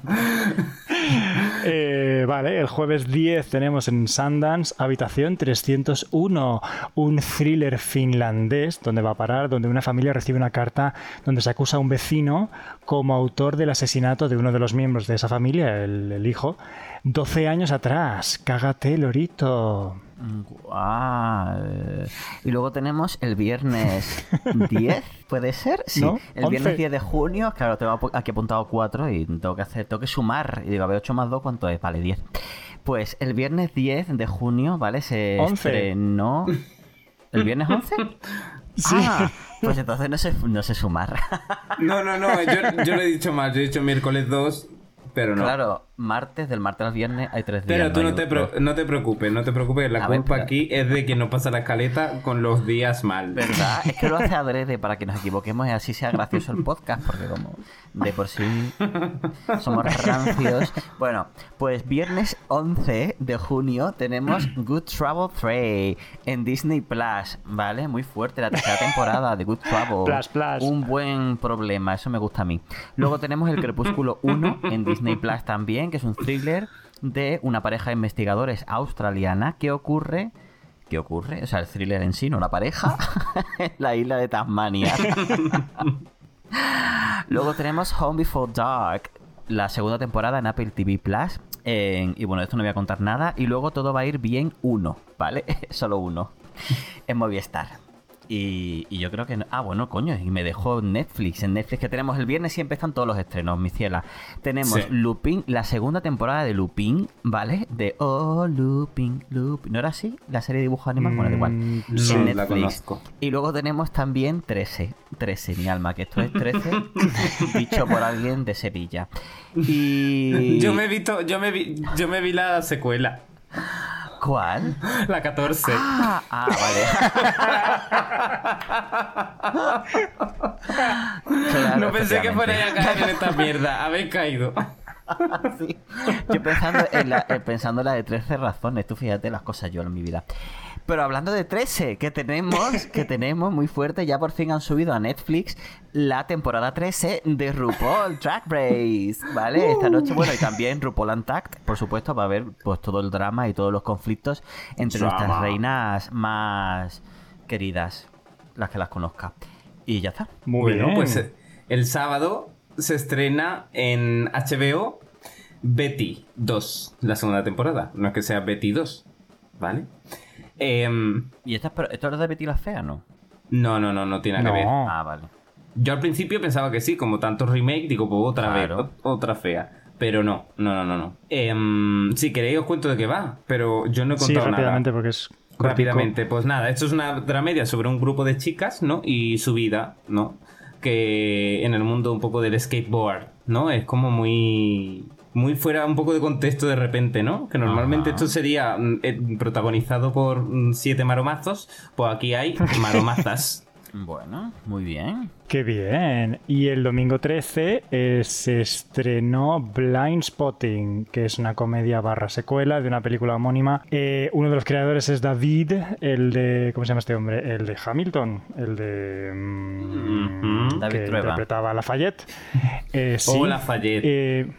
[SPEAKER 1] Eh, vale, el jueves 10 tenemos en Sundance Habitación 301, un thriller finlandés donde va a parar, donde una familia recibe una carta donde se acusa a un vecino como autor del asesinato de uno de los miembros de esa familia, el, el hijo, 12 años atrás. Cágate, Lorito.
[SPEAKER 3] Guau. Ah, eh, Y luego tenemos el viernes 10, ¿puede ser? Sí,
[SPEAKER 1] ¿No?
[SPEAKER 3] el viernes
[SPEAKER 1] 11.
[SPEAKER 3] 10 de junio, claro, tengo apu- aquí apuntado 4 y tengo que hacer, tengo que sumar. Y digo, a ver, 8 más 2, ¿cuánto es? Vale, 10. Pues el viernes 10 de junio, ¿vale? Se
[SPEAKER 1] 11.
[SPEAKER 3] estrenó. ¿El viernes 11?
[SPEAKER 1] Sí.
[SPEAKER 3] Ah, pues entonces no sé, no sé sumar.
[SPEAKER 4] No, no, no, yo, yo lo he dicho mal, yo he dicho miércoles 2, pero no.
[SPEAKER 3] Claro, martes, del martes al viernes hay 3 días.
[SPEAKER 4] Pero tú
[SPEAKER 3] hay
[SPEAKER 4] no te,
[SPEAKER 3] otro.
[SPEAKER 4] pre- no te preocupes, no te preocupes, la
[SPEAKER 3] A ver,
[SPEAKER 4] culpa
[SPEAKER 3] pero-
[SPEAKER 4] aquí es de quien nos pasa la escaleta con los días mal.
[SPEAKER 3] ¿Verdad? ah, Es que lo hace adrede para que nos equivoquemos y así sea gracioso el podcast, porque como de por sí somos rancios. Bueno, pues viernes 11 de junio tenemos Good Trouble 3 en Disney Plus, ¿vale? Muy fuerte la tercera temporada de Good Trouble.
[SPEAKER 1] Plus, plus.
[SPEAKER 3] Un buen problema, eso me gusta a mí. Luego tenemos El Crepúsculo 1 en Disney Plus también, que es un thriller de una pareja de investigadores australiana que ocurre ¿Qué ocurre? O sea, el thriller en sí, no la pareja. en la isla de Tasmania. Luego tenemos Home Before Dark. la segunda temporada en Apple TV Plus. en- y bueno, de esto no voy a contar nada. Y luego todo va a ir bien uno, ¿vale? Solo uno. En Movistar. Y, y yo creo que... no- Ah, bueno, coño, y me dejó Netflix. En Netflix que tenemos el viernes siempre están todos los estrenos, mi ciela. Tenemos
[SPEAKER 4] Sí.
[SPEAKER 3] Lupin, la segunda temporada de Lupin, ¿vale? De Oh, Lupin, Lupin. ¿No era así? La serie de dibujos animados, bueno, da igual.
[SPEAKER 1] Mm,
[SPEAKER 4] No
[SPEAKER 3] Sí,
[SPEAKER 4] la
[SPEAKER 3] Netflix.
[SPEAKER 4] conozco.
[SPEAKER 3] Y luego tenemos también 13. 13, mi alma, que esto es 13, dicho por alguien de Sevilla. Y...
[SPEAKER 4] Yo me he visto, yo me vi, yo me vi la secuela,
[SPEAKER 3] ¿Cuál?
[SPEAKER 4] la 14.
[SPEAKER 3] Ah, ah, vale. Claro,
[SPEAKER 4] no pensé que
[SPEAKER 3] efectivamente.
[SPEAKER 4] fuera a caer en esta mierda. Habéis caído.
[SPEAKER 3] Sí. Yo pensando en, la, eh, pensando en la de 13 razones, tú fíjate las cosas yo en mi vida. Pero hablando de 13, que tenemos, que tenemos muy fuerte, ya por fin han subido a Netflix la temporada 13 de RuPaul Drag Race, ¿vale? Esta noche, bueno, y también RuPaul Untact, por supuesto, va a haber pues todo el drama y todos los conflictos entre nuestras
[SPEAKER 4] Drama.
[SPEAKER 3] reinas más queridas, las que las conozca. Y ya está.
[SPEAKER 1] Muy
[SPEAKER 4] bueno,
[SPEAKER 1] bien.
[SPEAKER 4] pues eh, el sábado se estrena en HBO Betty 2, la segunda temporada. No es que sea Betty 2, ¿vale? Em,
[SPEAKER 3] ¿Y esta, es- pero esto es de Betty la Fea, no?
[SPEAKER 4] no, no, no, no tiene nada que ver.
[SPEAKER 1] No.
[SPEAKER 3] Ah, vale.
[SPEAKER 4] Yo al principio pensaba que sí, como tanto remake, digo, pues otra
[SPEAKER 3] Claro.
[SPEAKER 4] vez, o- otra fea. Pero no, no, no, no, no. Em, si queréis os cuento de qué va, pero yo no he
[SPEAKER 1] Sí,
[SPEAKER 4] contado nada.
[SPEAKER 1] rápidamente, porque es. cortico.
[SPEAKER 4] Rápidamente, pues nada, esto es una dramedia sobre un grupo de chicas, ¿no? Y su vida, ¿no? Que en el mundo un poco del skateboard, ¿no? Es como muy. Muy fuera un poco de contexto de repente, ¿no? Que normalmente
[SPEAKER 3] Ajá.
[SPEAKER 4] esto sería mm, eh, protagonizado por mm, siete maromazos, pues aquí hay maromazas.
[SPEAKER 3] Bueno, muy bien.
[SPEAKER 1] Qué bien. Y el domingo 13 eh, se estrenó Blind Spotting, que es una comedia barra secuela de una película homónima. Eh, uno de los creadores es David, el de. ¿Cómo se llama este hombre? El de Hamilton, el de. mm,
[SPEAKER 4] Ujú.
[SPEAKER 3] David
[SPEAKER 1] que
[SPEAKER 3] Trueba.
[SPEAKER 1] interpretaba a Lafayette. Eh, sí.
[SPEAKER 4] o Lafayette.
[SPEAKER 1] Eh,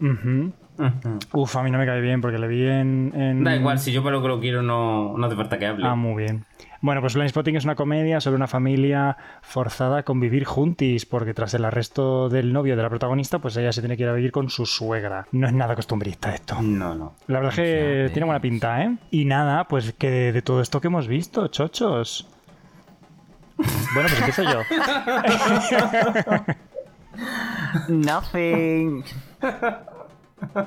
[SPEAKER 1] ujú.
[SPEAKER 4] Ujú.
[SPEAKER 1] Uf, a mí no me cae bien porque le vi en. en-
[SPEAKER 4] Da igual, si yo para lo que lo quiero no, no hace falta que hable.
[SPEAKER 1] Ah, muy bien. Bueno, pues Blind Spotting es una comedia sobre una familia forzada a convivir juntis, porque tras el arresto del novio de la protagonista, pues ella se tiene que ir a vivir con su suegra. No es nada costumbrista esto.
[SPEAKER 4] no, no.
[SPEAKER 1] La verdad es que
[SPEAKER 3] Fíjate.
[SPEAKER 1] tiene buena pinta, ¿eh? Y nada, pues que de, de todo esto que hemos visto, chochos. Bueno, pues empiezo yo.
[SPEAKER 3] Nothing.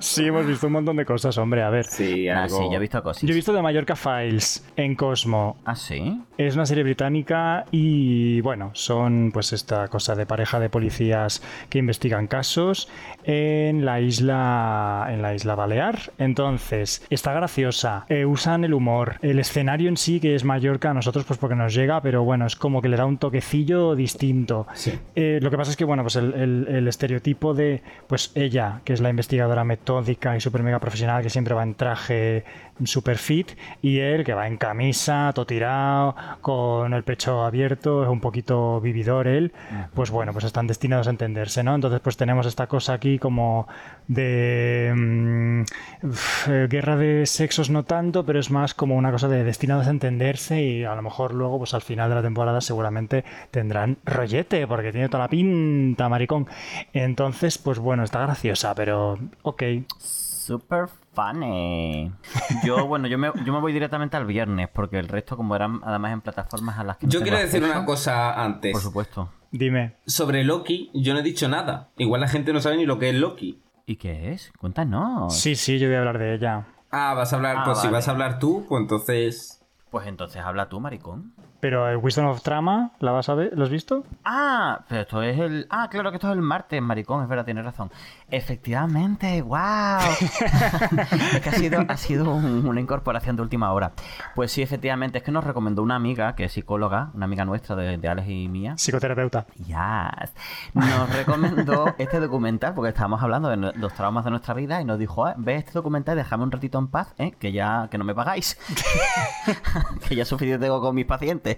[SPEAKER 1] Sí, hemos visto un montón de cosas, hombre, a ver.
[SPEAKER 4] Sí,
[SPEAKER 3] Ah,
[SPEAKER 4] algo...
[SPEAKER 3] sí, yo he visto cosas.
[SPEAKER 1] Yo he visto The Mallorca Files en Cosmo.
[SPEAKER 3] Ah, sí.
[SPEAKER 1] Es una serie británica y bueno, son pues esta cosa de pareja de policías que investigan casos en la isla en la isla Balear. Entonces, está graciosa, eh, usan el humor, el escenario en sí que es Mallorca a nosotros pues porque nos llega, pero bueno, es como que le da un toquecillo distinto.
[SPEAKER 4] Sí.
[SPEAKER 1] Eh, lo que pasa es que, bueno, pues el, el- el estereotipo de, pues ella, que es la investigadora metódica y super mega profesional, que siempre va en traje super fit, y él, que va en camisa, todo tirado, con el pecho abierto, es un poquito vividor él, pues bueno, pues están destinados a entenderse, ¿no? Entonces, pues tenemos esta cosa aquí como de mm, uf, eh, guerra de sexos no tanto, pero es más como una cosa de destinados a entenderse y a lo mejor luego, pues al final de la temporada seguramente tendrán rollete, porque tiene toda la pinta, maricón. Entonces, pues bueno, está graciosa, pero ok.
[SPEAKER 3] Super funny. Yo, bueno, yo me, yo me voy directamente al viernes, porque el resto, como eran además en plataformas a las que no
[SPEAKER 4] Yo
[SPEAKER 3] tengo
[SPEAKER 4] quiero decir
[SPEAKER 3] acceso,
[SPEAKER 4] una cosa antes.
[SPEAKER 3] Por supuesto.
[SPEAKER 1] Dime.
[SPEAKER 4] Sobre Loki, yo no he dicho nada. Igual la gente no sabe ni lo que es Loki.
[SPEAKER 3] ¿Y qué es? Cuéntanos.
[SPEAKER 1] Sí, sí, yo voy a hablar de ella.
[SPEAKER 4] Ah, vas a hablar,
[SPEAKER 3] Ah,
[SPEAKER 4] pues si
[SPEAKER 3] vale.
[SPEAKER 4] vas a hablar tú, pues entonces.
[SPEAKER 3] Pues entonces habla tú, maricón.
[SPEAKER 1] Pero el Wisdom of Trama, ¿la vas a ver? ¿Lo has visto?
[SPEAKER 3] Ah, pero esto es el. Ah, claro que esto es el martes, maricón, es verdad, tienes razón. Efectivamente, wow. es que ha sido, ha sido un- una incorporación de última hora. Pues sí, efectivamente, es que nos recomendó una amiga que es psicóloga, una amiga nuestra de, de Alex y mía.
[SPEAKER 1] Psicoterapeuta.
[SPEAKER 3] Yes. Nos recomendó este documental porque estábamos hablando de no- los traumas de nuestra vida y nos dijo, "Ah, ve este documental, déjame un ratito en paz, ¿eh? que ya que no me pagáis, que ya suficiente tengo con mis pacientes.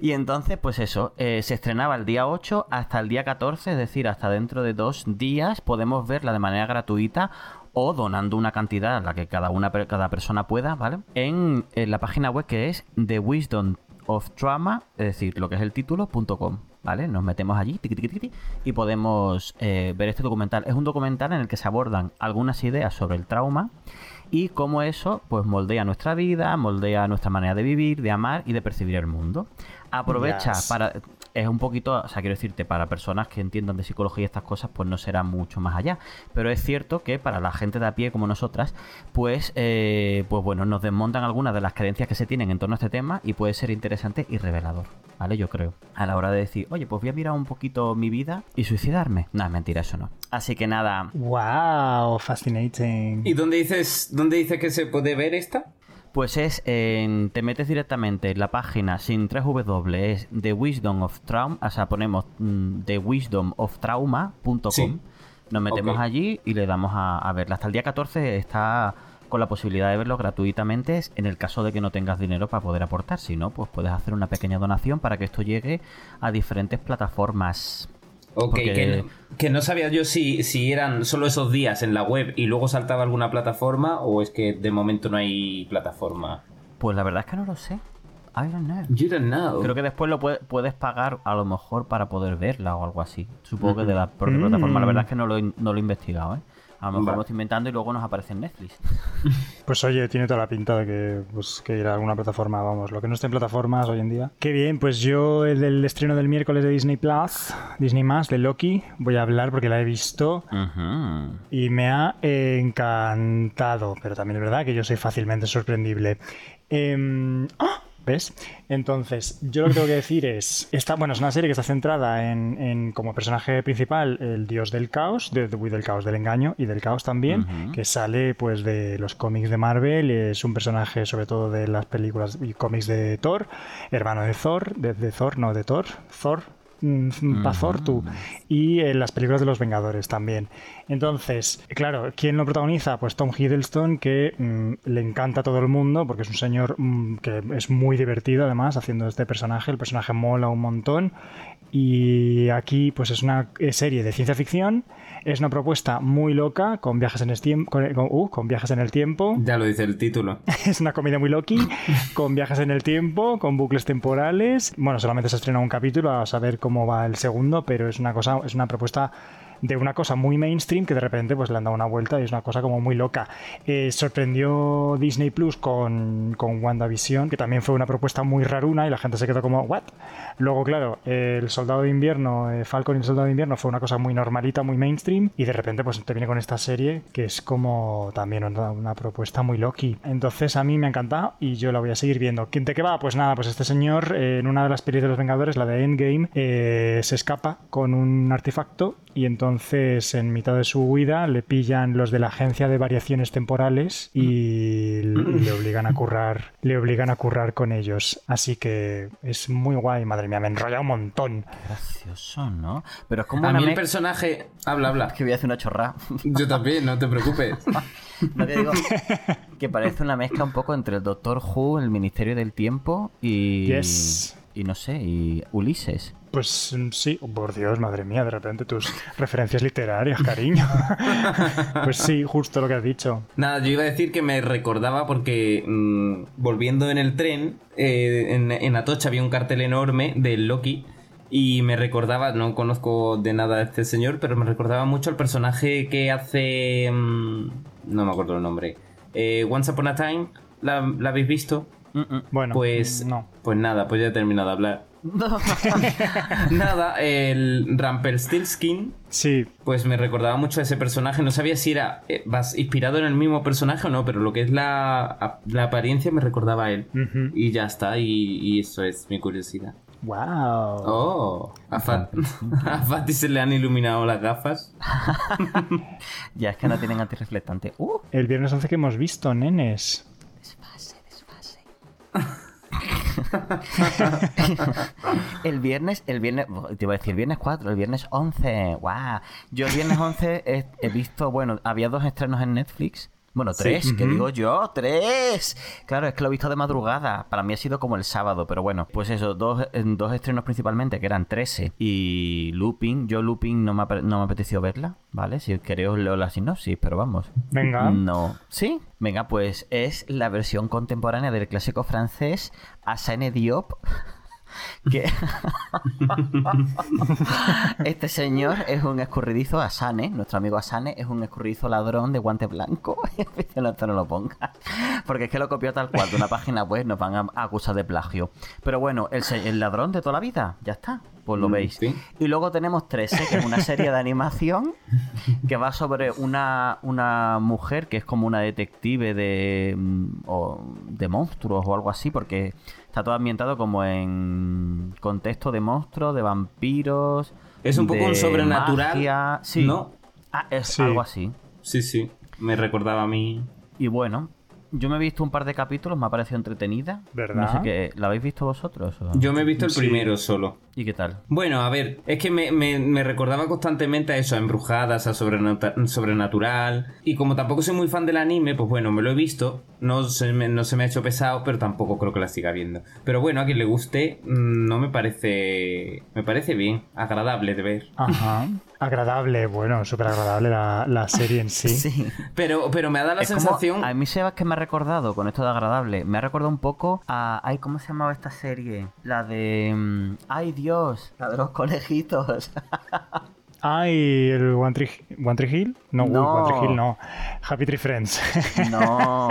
[SPEAKER 3] Y entonces, pues eso, eh, se estrenaba el día 8 hasta el día 14, es decir, hasta dentro de dos días podemos verla de manera gratuita o donando una cantidad a la que cada, una, per- cada persona pueda, ¿vale? En, en la página web que es The Wisdom of Trauma, es decir, lo que es el título, punto com. ¿vale? Nos metemos allí tiqui, tiqui, tiqui, y podemos eh, ver este documental. Es un documental en el que se abordan algunas ideas sobre el trauma y cómo eso pues moldea nuestra vida, moldea nuestra manera de vivir, de amar y de percibir el mundo. Aprovecha
[SPEAKER 1] Yes.
[SPEAKER 3] para es un poquito, o sea, quiero decirte, para personas que entiendan de psicología y estas cosas, pues no será mucho más allá. Pero es cierto que para la gente de a pie como nosotras, pues, eh, pues bueno, nos desmontan algunas de las creencias que se tienen en torno a este tema y puede ser interesante y revelador, ¿vale? Yo creo. A la hora de decir, oye, pues voy a mirar un poquito mi vida y suicidarme. No, es mentira, eso no. Así que nada,
[SPEAKER 1] ¡Wow! Fascinating.
[SPEAKER 4] ¿Y dónde dices, dónde dices que se puede ver esta?
[SPEAKER 3] Pues es, en- te metes directamente en la página sin 3W, es The Wisdom of Trauma, o sea, ponemos mm, thewisdomoftrauma.com,
[SPEAKER 4] Sí.
[SPEAKER 3] nos metemos
[SPEAKER 4] Ok.
[SPEAKER 3] allí y le damos a, a verla. Hasta el día 14 está con la posibilidad de verlo gratuitamente en el caso de que no tengas dinero para poder aportar, si no, pues puedes hacer una pequeña donación para que esto llegue a diferentes plataformas.
[SPEAKER 4] Ok,
[SPEAKER 3] Porque-
[SPEAKER 4] que, no, que no sabía yo si, si eran solo esos días en la web y luego saltaba alguna plataforma o es que de momento no hay plataforma.
[SPEAKER 3] Pues la verdad es que no lo sé. I don't know.
[SPEAKER 4] You don't know.
[SPEAKER 3] Creo que después lo puede- puedes pagar a lo mejor para poder verla o algo así. Supongo que de la propia
[SPEAKER 1] Mm.
[SPEAKER 3] plataforma. La verdad es que no lo, he- no lo he investigado, ¿eh? A lo mejor
[SPEAKER 4] Vale.
[SPEAKER 3] lo estoy inventando y luego nos aparece en Netflix.
[SPEAKER 1] Pues oye, tiene toda la pinta de que, pues, que irá a alguna plataforma, vamos, lo que no esté en plataformas hoy en día. Qué bien, pues yo el del estreno del miércoles de Disney Plus, Disney Más, de Loki, voy a hablar porque la he visto
[SPEAKER 3] Ujú.
[SPEAKER 1] y me ha eh, encantado, pero también es verdad que yo soy fácilmente sorprendible. Em, ¡ah! ¿Ves? Entonces, yo lo que tengo que decir es, esta, bueno, es una serie que está centrada en, en, como personaje principal el dios del caos, de, de- uy, del caos, del engaño y del caos también,
[SPEAKER 3] Ujú.
[SPEAKER 1] que sale pues de los cómics de Marvel, es un personaje sobre todo de las películas y cómics de Thor, hermano de Thor, de, de Thor, no de Thor, Thor, mm, pa' Thor tú, y en las películas de los Vengadores también. Entonces, claro, ¿quién lo protagoniza? Pues Tom Hiddleston, que mm, le encanta a todo el mundo, porque es un señor mm, que es muy divertido además haciendo este personaje, el personaje mola un montón. Y aquí, pues es una eh, serie de ciencia ficción. Es una propuesta muy loca, con viajes en el tiempo. Con, con- uh, con viajes en el tiempo.
[SPEAKER 4] Ya lo dice el título.
[SPEAKER 1] Es una comedia muy loki, con viajes en el tiempo, con bucles temporales. Bueno, solamente se estrena un capítulo a saber cómo va el segundo, pero es una cosa, es una propuesta de una cosa muy mainstream que de repente pues le han dado una vuelta y es una cosa como muy loca. Eh, sorprendió Disney Plus con, con WandaVision, que también fue una propuesta muy raruna y la gente se quedó como, ¿what? Luego, claro, eh, el Soldado de Invierno, eh, Falcon y el Soldado de Invierno fue una cosa muy normalita, muy mainstream, y de repente pues te viene con esta serie que es como también una, una propuesta muy Loki. Entonces a mí me ha encantado y yo la voy a seguir viendo. ¿Quién te qué va? Pues nada, pues este señor eh, en una de las pelis de los Vengadores, la de Endgame, eh, se escapa con un artefacto y entonces en mitad de su huida le pillan los de la agencia de variaciones temporales y l- y le obligan a currar, le obligan a currar con ellos. Así que es muy guay, madre mía, me he enrollado un montón.
[SPEAKER 3] Gracioso, ¿no? Pero es como
[SPEAKER 4] A
[SPEAKER 3] una
[SPEAKER 4] mí el
[SPEAKER 3] mez-
[SPEAKER 4] personaje... Habla, habla.
[SPEAKER 3] que voy a hacer una chorrada.
[SPEAKER 4] Yo también, no te preocupes.
[SPEAKER 3] Lo que digo que parece una mezcla un poco entre el Doctor Who, el Ministerio del Tiempo y...
[SPEAKER 1] Yes.
[SPEAKER 3] Y no sé, y Ulises.
[SPEAKER 1] Pues mm, sí, oh, por Dios, madre mía, de repente tus referencias literarias, cariño. pues sí, justo lo que has dicho.
[SPEAKER 4] Nada, yo iba a decir que me recordaba porque mm, volviendo en el tren, eh, en, en Atocha había un cartel enorme del Loki y me recordaba, no conozco de nada a este señor, pero me recordaba mucho al personaje que hace... mm, no me acuerdo el nombre. Eh, Once Upon a Time, ¿la, la habéis visto?
[SPEAKER 3] Mm, mm.
[SPEAKER 1] Bueno,
[SPEAKER 4] Pues,
[SPEAKER 1] no.
[SPEAKER 4] pues nada, pues ya he terminado de hablar. nada, el Rumpelstiltskin
[SPEAKER 1] Sí,
[SPEAKER 4] pues me recordaba mucho a ese personaje. No sabía si era eh, vas inspirado en el mismo personaje o no, pero lo que es la, a- la apariencia me recordaba a él.
[SPEAKER 3] Mm.
[SPEAKER 1] Ujú.
[SPEAKER 4] Y ya está, y, y eso es mi curiosidad.
[SPEAKER 1] Wow.
[SPEAKER 4] Oh, a, Fa- a Fati se le han iluminado las gafas.
[SPEAKER 3] ya es que no tienen antirreflectante. ¡Uh!
[SPEAKER 1] El viernes 11 que hemos visto, nenes.
[SPEAKER 3] El viernes, el viernes, te iba a decir viernes 4, el viernes 11, guau. Yo el viernes 11 he, he visto, bueno, había dos estrenos en Netflix. Bueno,
[SPEAKER 4] Sí.
[SPEAKER 3] tres, que
[SPEAKER 4] Ujú.
[SPEAKER 3] digo yo, tres. Claro, es que lo he visto de madrugada. Para mí ha sido como el sábado, pero bueno, pues eso, dos, en dos estrenos principalmente, que eran 13 y Looping. Yo Looping no me, ape- no me apeteció verla, ¿vale? Si queréis os leo la sinopsis, pero vamos.
[SPEAKER 1] Venga.
[SPEAKER 3] No. ¿Sí? Venga, pues es la versión contemporánea del clásico francés Asane Diop que este señor es un escurridizo Asane, nuestro amigo Asane es un escurridizo ladrón de guante blanco. no, esto no lo ponga, porque es que lo copió tal cual de una página web, nos van a acusar de plagio. Pero bueno, el, se- el ladrón de toda la vida, ya está, pues lo
[SPEAKER 4] Mm,
[SPEAKER 3] veis.
[SPEAKER 4] sí.
[SPEAKER 3] Y luego tenemos 13, que es una serie de animación que va sobre una, una mujer que es como una detective de, mm, o de monstruos o algo así, porque está todo ambientado como en contexto de monstruos, de vampiros.
[SPEAKER 4] Es un poco
[SPEAKER 3] de
[SPEAKER 4] un sobrenatural,
[SPEAKER 3] magia. Sí.
[SPEAKER 4] ¿no?
[SPEAKER 3] Ah, es
[SPEAKER 1] Sí.
[SPEAKER 3] algo así.
[SPEAKER 4] Sí, sí. Me recordaba a mí.
[SPEAKER 3] Y bueno, yo me he visto un par de capítulos, me ha parecido entretenida.
[SPEAKER 1] ¿Verdad?
[SPEAKER 3] No sé qué, ¿la habéis visto vosotros? o?
[SPEAKER 4] Yo me he visto el
[SPEAKER 1] Sí.
[SPEAKER 4] primero solo.
[SPEAKER 3] ¿Y qué tal?
[SPEAKER 4] Bueno, a ver, es que me, me- me recordaba constantemente a eso, a embrujadas, a sobrenata- sobrenatural. Y como tampoco soy muy fan del anime, pues bueno, me lo he visto. No se me, no se me ha hecho pesado, pero tampoco creo que la siga viendo. Pero bueno, a quien le guste, mm, no me parece. Me parece bien, agradable de ver.
[SPEAKER 1] Ajá. Agradable, bueno, súper agradable la, la serie en sí.
[SPEAKER 4] Pero, pero me ha dado la
[SPEAKER 3] Es como-
[SPEAKER 4] sensación.
[SPEAKER 3] a mí, Sebas, que me ha recordado con esto de agradable. Me ha recordado un poco a. Ay, ¿cómo se llamaba esta serie? La de. mm, Ay, Dios. La de los conejitos.
[SPEAKER 1] Ay, el One Tree, One Tree Hill. No, uy,
[SPEAKER 3] No.
[SPEAKER 1] One Tree Hill no. Happy Tree Friends.
[SPEAKER 3] no.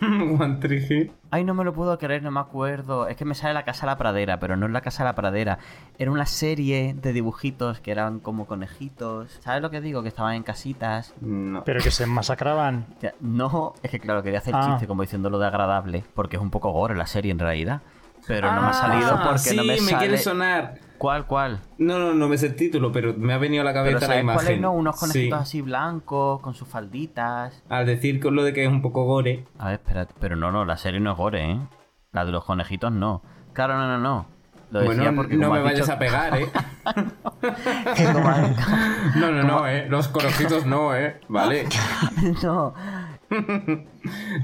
[SPEAKER 4] One Tree Hill.
[SPEAKER 3] Ay, no me lo puedo creer, no me acuerdo. Es que me sale la Casa de la Pradera, pero no es la Casa de la Pradera. Era una serie de dibujitos que eran como conejitos. ¿Sabes lo que digo? Que estaban en casitas.
[SPEAKER 4] No.
[SPEAKER 1] Pero que se masacraban.
[SPEAKER 3] Ya, No, es que claro, quería hacer
[SPEAKER 1] Ah.
[SPEAKER 3] chiste como diciendo lo de agradable, porque es un poco gore la serie en realidad. Pero no me ha salido
[SPEAKER 4] Ah,
[SPEAKER 3] porque
[SPEAKER 4] sí,
[SPEAKER 3] no me,
[SPEAKER 4] quiere
[SPEAKER 3] sale.
[SPEAKER 4] sonar.
[SPEAKER 3] ¿Cuál, cuál?
[SPEAKER 4] No, no, no me sé el título, pero me ha venido a la
[SPEAKER 3] Pero
[SPEAKER 4] cabeza la
[SPEAKER 3] ¿sabes
[SPEAKER 4] imagen.
[SPEAKER 3] cuáles no? Unos conejitos
[SPEAKER 4] Sí.
[SPEAKER 3] así blancos, con sus falditas.
[SPEAKER 4] Al decir con lo de que es un poco gore.
[SPEAKER 3] A ver, espérate. Pero no, no, la serie no es gore, ¿eh? La de los conejitos no. Claro, no, no, no. Lo decía
[SPEAKER 4] Bueno,
[SPEAKER 3] porque
[SPEAKER 4] no
[SPEAKER 3] como
[SPEAKER 4] me
[SPEAKER 3] has
[SPEAKER 4] vayas
[SPEAKER 3] dicho-
[SPEAKER 4] a pegar, ¿eh?
[SPEAKER 3] como has-
[SPEAKER 4] No, no, no, ¿eh? Los conejitos no, ¿eh? Vale.
[SPEAKER 3] no,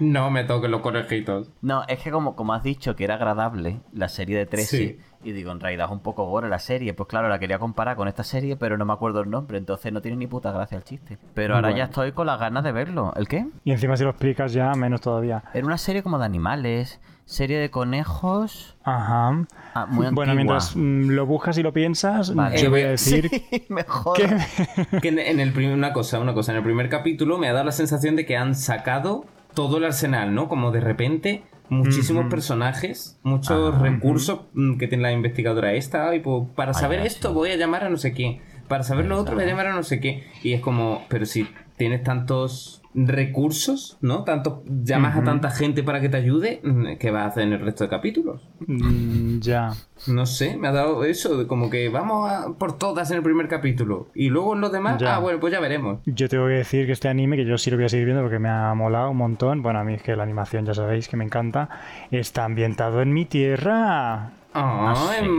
[SPEAKER 4] No me toquen los conejitos.
[SPEAKER 3] no, es que como, como has dicho que era agradable la serie de 13,
[SPEAKER 4] Sí.
[SPEAKER 3] y digo, en realidad es un poco gore la serie, pues claro, la quería comparar con esta serie, pero no me acuerdo el nombre, entonces no tiene ni puta gracia el chiste. Pero ahora ya
[SPEAKER 4] Bueno.
[SPEAKER 3] estoy con las ganas de verlo. ¿El qué?
[SPEAKER 1] Y encima si lo explicas ya, menos todavía.
[SPEAKER 3] Era una serie como de animales, serie de conejos,
[SPEAKER 1] Ajá.
[SPEAKER 3] ah, muy antigua.
[SPEAKER 1] Bueno, mientras mm, lo buscas y lo piensas,
[SPEAKER 3] Vale.
[SPEAKER 1] yo voy
[SPEAKER 4] Eh,
[SPEAKER 1] a decir
[SPEAKER 3] Sí, mejor.
[SPEAKER 1] que...
[SPEAKER 4] Que en, en el primer, una cosa, una cosa. En el primer capítulo me ha dado la sensación de que han sacado todo el arsenal, ¿no? Como de repente, muchísimos
[SPEAKER 1] Ujú.
[SPEAKER 4] personajes, muchos
[SPEAKER 3] Ah,
[SPEAKER 4] recursos mm, que tiene la investigadora esta. Y pues, para
[SPEAKER 3] Ah,
[SPEAKER 4] saber
[SPEAKER 3] ya,
[SPEAKER 4] esto
[SPEAKER 3] sí.
[SPEAKER 4] voy a llamar a no sé quién. Para saber lo otro voy a
[SPEAKER 3] Verdad.
[SPEAKER 4] llamar a no sé quién. Y es como, pero si tienes tantos recursos, ¿no? Tantos, llamas a
[SPEAKER 1] Ujú.
[SPEAKER 4] tanta gente para que te ayude, mm, ¿qué vas a hacer en el resto de capítulos?
[SPEAKER 1] Mm, ya.
[SPEAKER 4] No sé, me ha dado eso, de como que vamos a por todas en el primer capítulo. Y luego en los demás,
[SPEAKER 1] Ya.
[SPEAKER 4] ah, bueno, pues ya veremos.
[SPEAKER 1] Yo tengo que decir que este anime, que yo sí lo voy a seguir viendo porque me ha molado un montón, bueno, a mí es que la animación ya sabéis que me encanta, está ambientado en mi tierra.
[SPEAKER 4] Ah,
[SPEAKER 3] Ah, sí.
[SPEAKER 4] en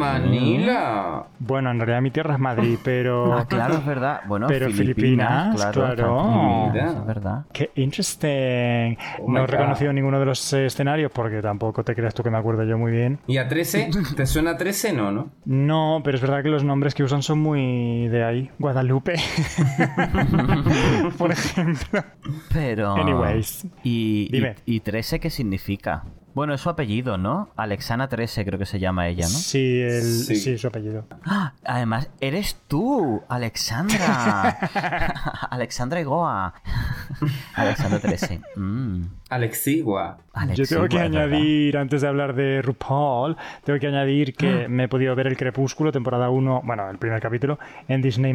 [SPEAKER 4] Manila.
[SPEAKER 1] Bueno, en realidad mi tierra es Madrid, pero...
[SPEAKER 3] Ah, claro, es verdad. Bueno,
[SPEAKER 1] Pero
[SPEAKER 3] Filipinas,
[SPEAKER 1] Filipinas,
[SPEAKER 3] claro.
[SPEAKER 1] claro.
[SPEAKER 3] están Filipinas, es verdad.
[SPEAKER 1] Qué interesting.
[SPEAKER 4] Oh my
[SPEAKER 1] no he
[SPEAKER 4] God.
[SPEAKER 1] reconocido ninguno de los eh, escenarios porque tampoco te creas tú que me acuerdo yo muy bien.
[SPEAKER 4] ¿Y a 13? ¿Te suena a 13? No, ¿no?
[SPEAKER 1] No, pero es verdad que los nombres que usan son muy de ahí. Guadalupe. Por ejemplo.
[SPEAKER 3] Pero.
[SPEAKER 1] Anyways.
[SPEAKER 3] Y, y-
[SPEAKER 1] Dime.
[SPEAKER 3] y 13 qué significa? Bueno, es su apellido, ¿no? Alexana 13 creo que se llama ella, ¿no?
[SPEAKER 1] Sí, el,
[SPEAKER 4] Sí.
[SPEAKER 1] sí. su apellido.
[SPEAKER 3] ¡Ah! Además, eres tú, Alexandra. Alexandra Igoa. Alexandra 13. Mm.
[SPEAKER 4] Alexigua.
[SPEAKER 3] Alex,
[SPEAKER 1] Yo tengo
[SPEAKER 3] sí,
[SPEAKER 1] que
[SPEAKER 3] es verdad.
[SPEAKER 1] añadir, antes de hablar de RuPaul, tengo que añadir
[SPEAKER 3] Ah.
[SPEAKER 1] que me he podido ver El Crepúsculo, temporada 1, bueno, el primer capítulo, en Disney+.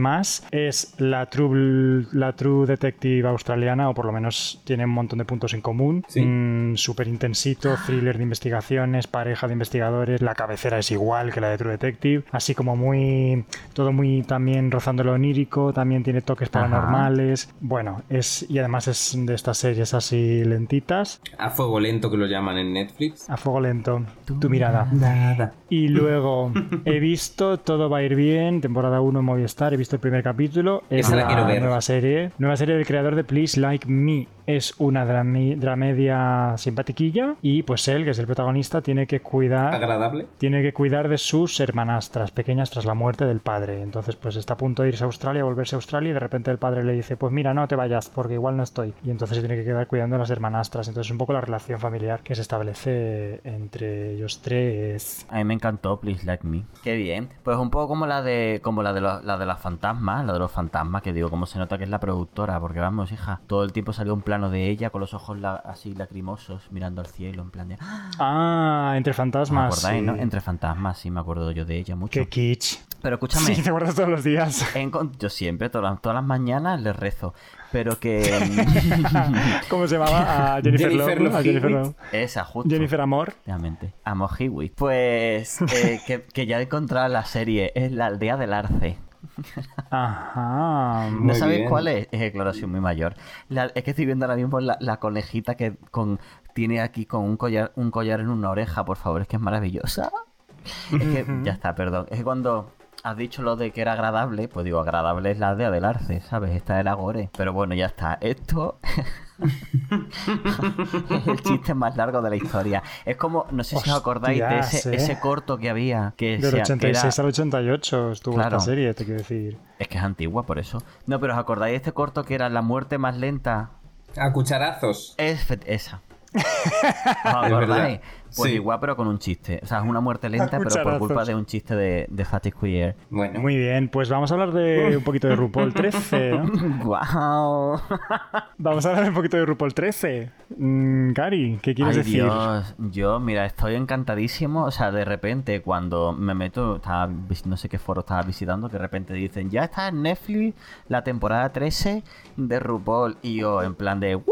[SPEAKER 1] Es la true, la true detective australiana, o por lo menos tiene un montón de puntos en común. Mm,
[SPEAKER 4] Sí.
[SPEAKER 1] Súper intensito,
[SPEAKER 3] Ah.
[SPEAKER 1] thriller de investigaciones, pareja de investigadores, la cabecera es igual que la de True Detective, así como muy, todo muy también rozando lo onírico, también tiene toques
[SPEAKER 3] Ajá.
[SPEAKER 1] paranormales. Bueno, es y además es de estas series así lentitas.
[SPEAKER 4] A fuego lento que lo llaman en Netflix.
[SPEAKER 1] A fuego lento,
[SPEAKER 3] Tu
[SPEAKER 1] tu mirada.
[SPEAKER 4] Nada.
[SPEAKER 1] Y luego he visto Todo va a ir bien, temporada 1 en Movistar, he visto el primer capítulo. Es
[SPEAKER 4] Esa la quiero ver.
[SPEAKER 1] nueva serie. Nueva serie del creador de Please Like Me. es una drami- dramedia simpatiquilla y pues él, que es el protagonista, tiene que cuidar
[SPEAKER 4] Agradable.
[SPEAKER 1] tiene que cuidar de sus hermanastras pequeñas tras la muerte del padre. Entonces, pues está a punto de irse a Australia, volverse a Australia y de repente el padre le dice, pues mira, no te vayas porque igual no estoy. Y entonces se tiene que quedar cuidando a las hermanastras. Entonces, es un poco la relación familiar que se establece entre ellos tres.
[SPEAKER 3] A mí me encantó Please Like Me. Qué bien. Pues un poco como la de como la de, los- la de las fantasmas, la de los fantasmas, que digo, como se nota que es la productora, porque vamos, hija, todo el tiempo salió un plano de ella con los ojos la- así lacrimosos, mirando al cielo, en plan de... ¡Ah!
[SPEAKER 1] Ah, entre
[SPEAKER 3] ¿Os
[SPEAKER 1] fantasmas.
[SPEAKER 3] acordáis,
[SPEAKER 1] sí.
[SPEAKER 3] no? Entre fantasmas, sí, me acuerdo yo de ella mucho.
[SPEAKER 1] Qué kitsch.
[SPEAKER 3] Pero escúchame,
[SPEAKER 1] Sí, te guardas todos los días.
[SPEAKER 3] he encon- yo siempre, todas, las- todas las mañanas, le rezo, pero que...
[SPEAKER 1] ¿Cómo se llamaba? A Jennifer, Love. A
[SPEAKER 4] Jennifer Love
[SPEAKER 1] Jennifer,
[SPEAKER 4] Hewitt.
[SPEAKER 1] Love.
[SPEAKER 3] Esa, justo.
[SPEAKER 1] Jennifer Amor.
[SPEAKER 3] Realmente. Amo Hiwi. Pues eh, que, que ya he encontrado la serie, es la aldea del arce.
[SPEAKER 1] Ajá.
[SPEAKER 3] ¿No
[SPEAKER 4] Muy
[SPEAKER 3] sabéis
[SPEAKER 4] bien.
[SPEAKER 3] cuál es? Es declaración muy mayor. La- es que estoy viendo ahora mismo la, la conejita que con, tiene aquí con un collar, un collar en una oreja, por favor, es que es maravillosa. Es que, ya está, perdón. Es que cuando has dicho lo de que era agradable, pues digo, agradable es la aldea del arce, ¿sabes? Esta era gore. Pero bueno, ya está. Esto es el chiste más largo de la historia. Es como, no sé si os acordáis de ese,
[SPEAKER 1] Hostias, eh.
[SPEAKER 3] ese corto que había. Que
[SPEAKER 1] Del
[SPEAKER 3] se- que era-
[SPEAKER 1] 86 al 88 estuvo
[SPEAKER 3] Claro.
[SPEAKER 1] esta serie, te quiero decir.
[SPEAKER 3] es que es antigua, por eso. No, pero ¿os acordáis de este corto que era La muerte más lenta?
[SPEAKER 4] A cucharazos.
[SPEAKER 3] Es fe- esa.
[SPEAKER 4] Es verdad.
[SPEAKER 3] ¿Acordáis? Pues
[SPEAKER 4] Sí.
[SPEAKER 3] igual, pero con un chiste. O sea, es una muerte lenta, pero por
[SPEAKER 1] cucharazos.
[SPEAKER 3] culpa de un chiste de, de Fatty Queer.
[SPEAKER 4] Bueno.
[SPEAKER 1] Muy bien, pues vamos a hablar de un poquito de RuPaul 13. ¿no?
[SPEAKER 3] ¡Guau!
[SPEAKER 1] Vamos a hablar un poquito de RuPaul 13. Mm, Cari, ¿qué quieres
[SPEAKER 3] Ay,
[SPEAKER 1] decir?
[SPEAKER 3] Dios, yo, mira, estoy encantadísimo. O sea, de repente, cuando me meto, estaba vis- no sé qué foro estaba visitando, que de repente dicen, ya está en Netflix la temporada 13 de RuPaul. Y yo, en plan de, ¿what?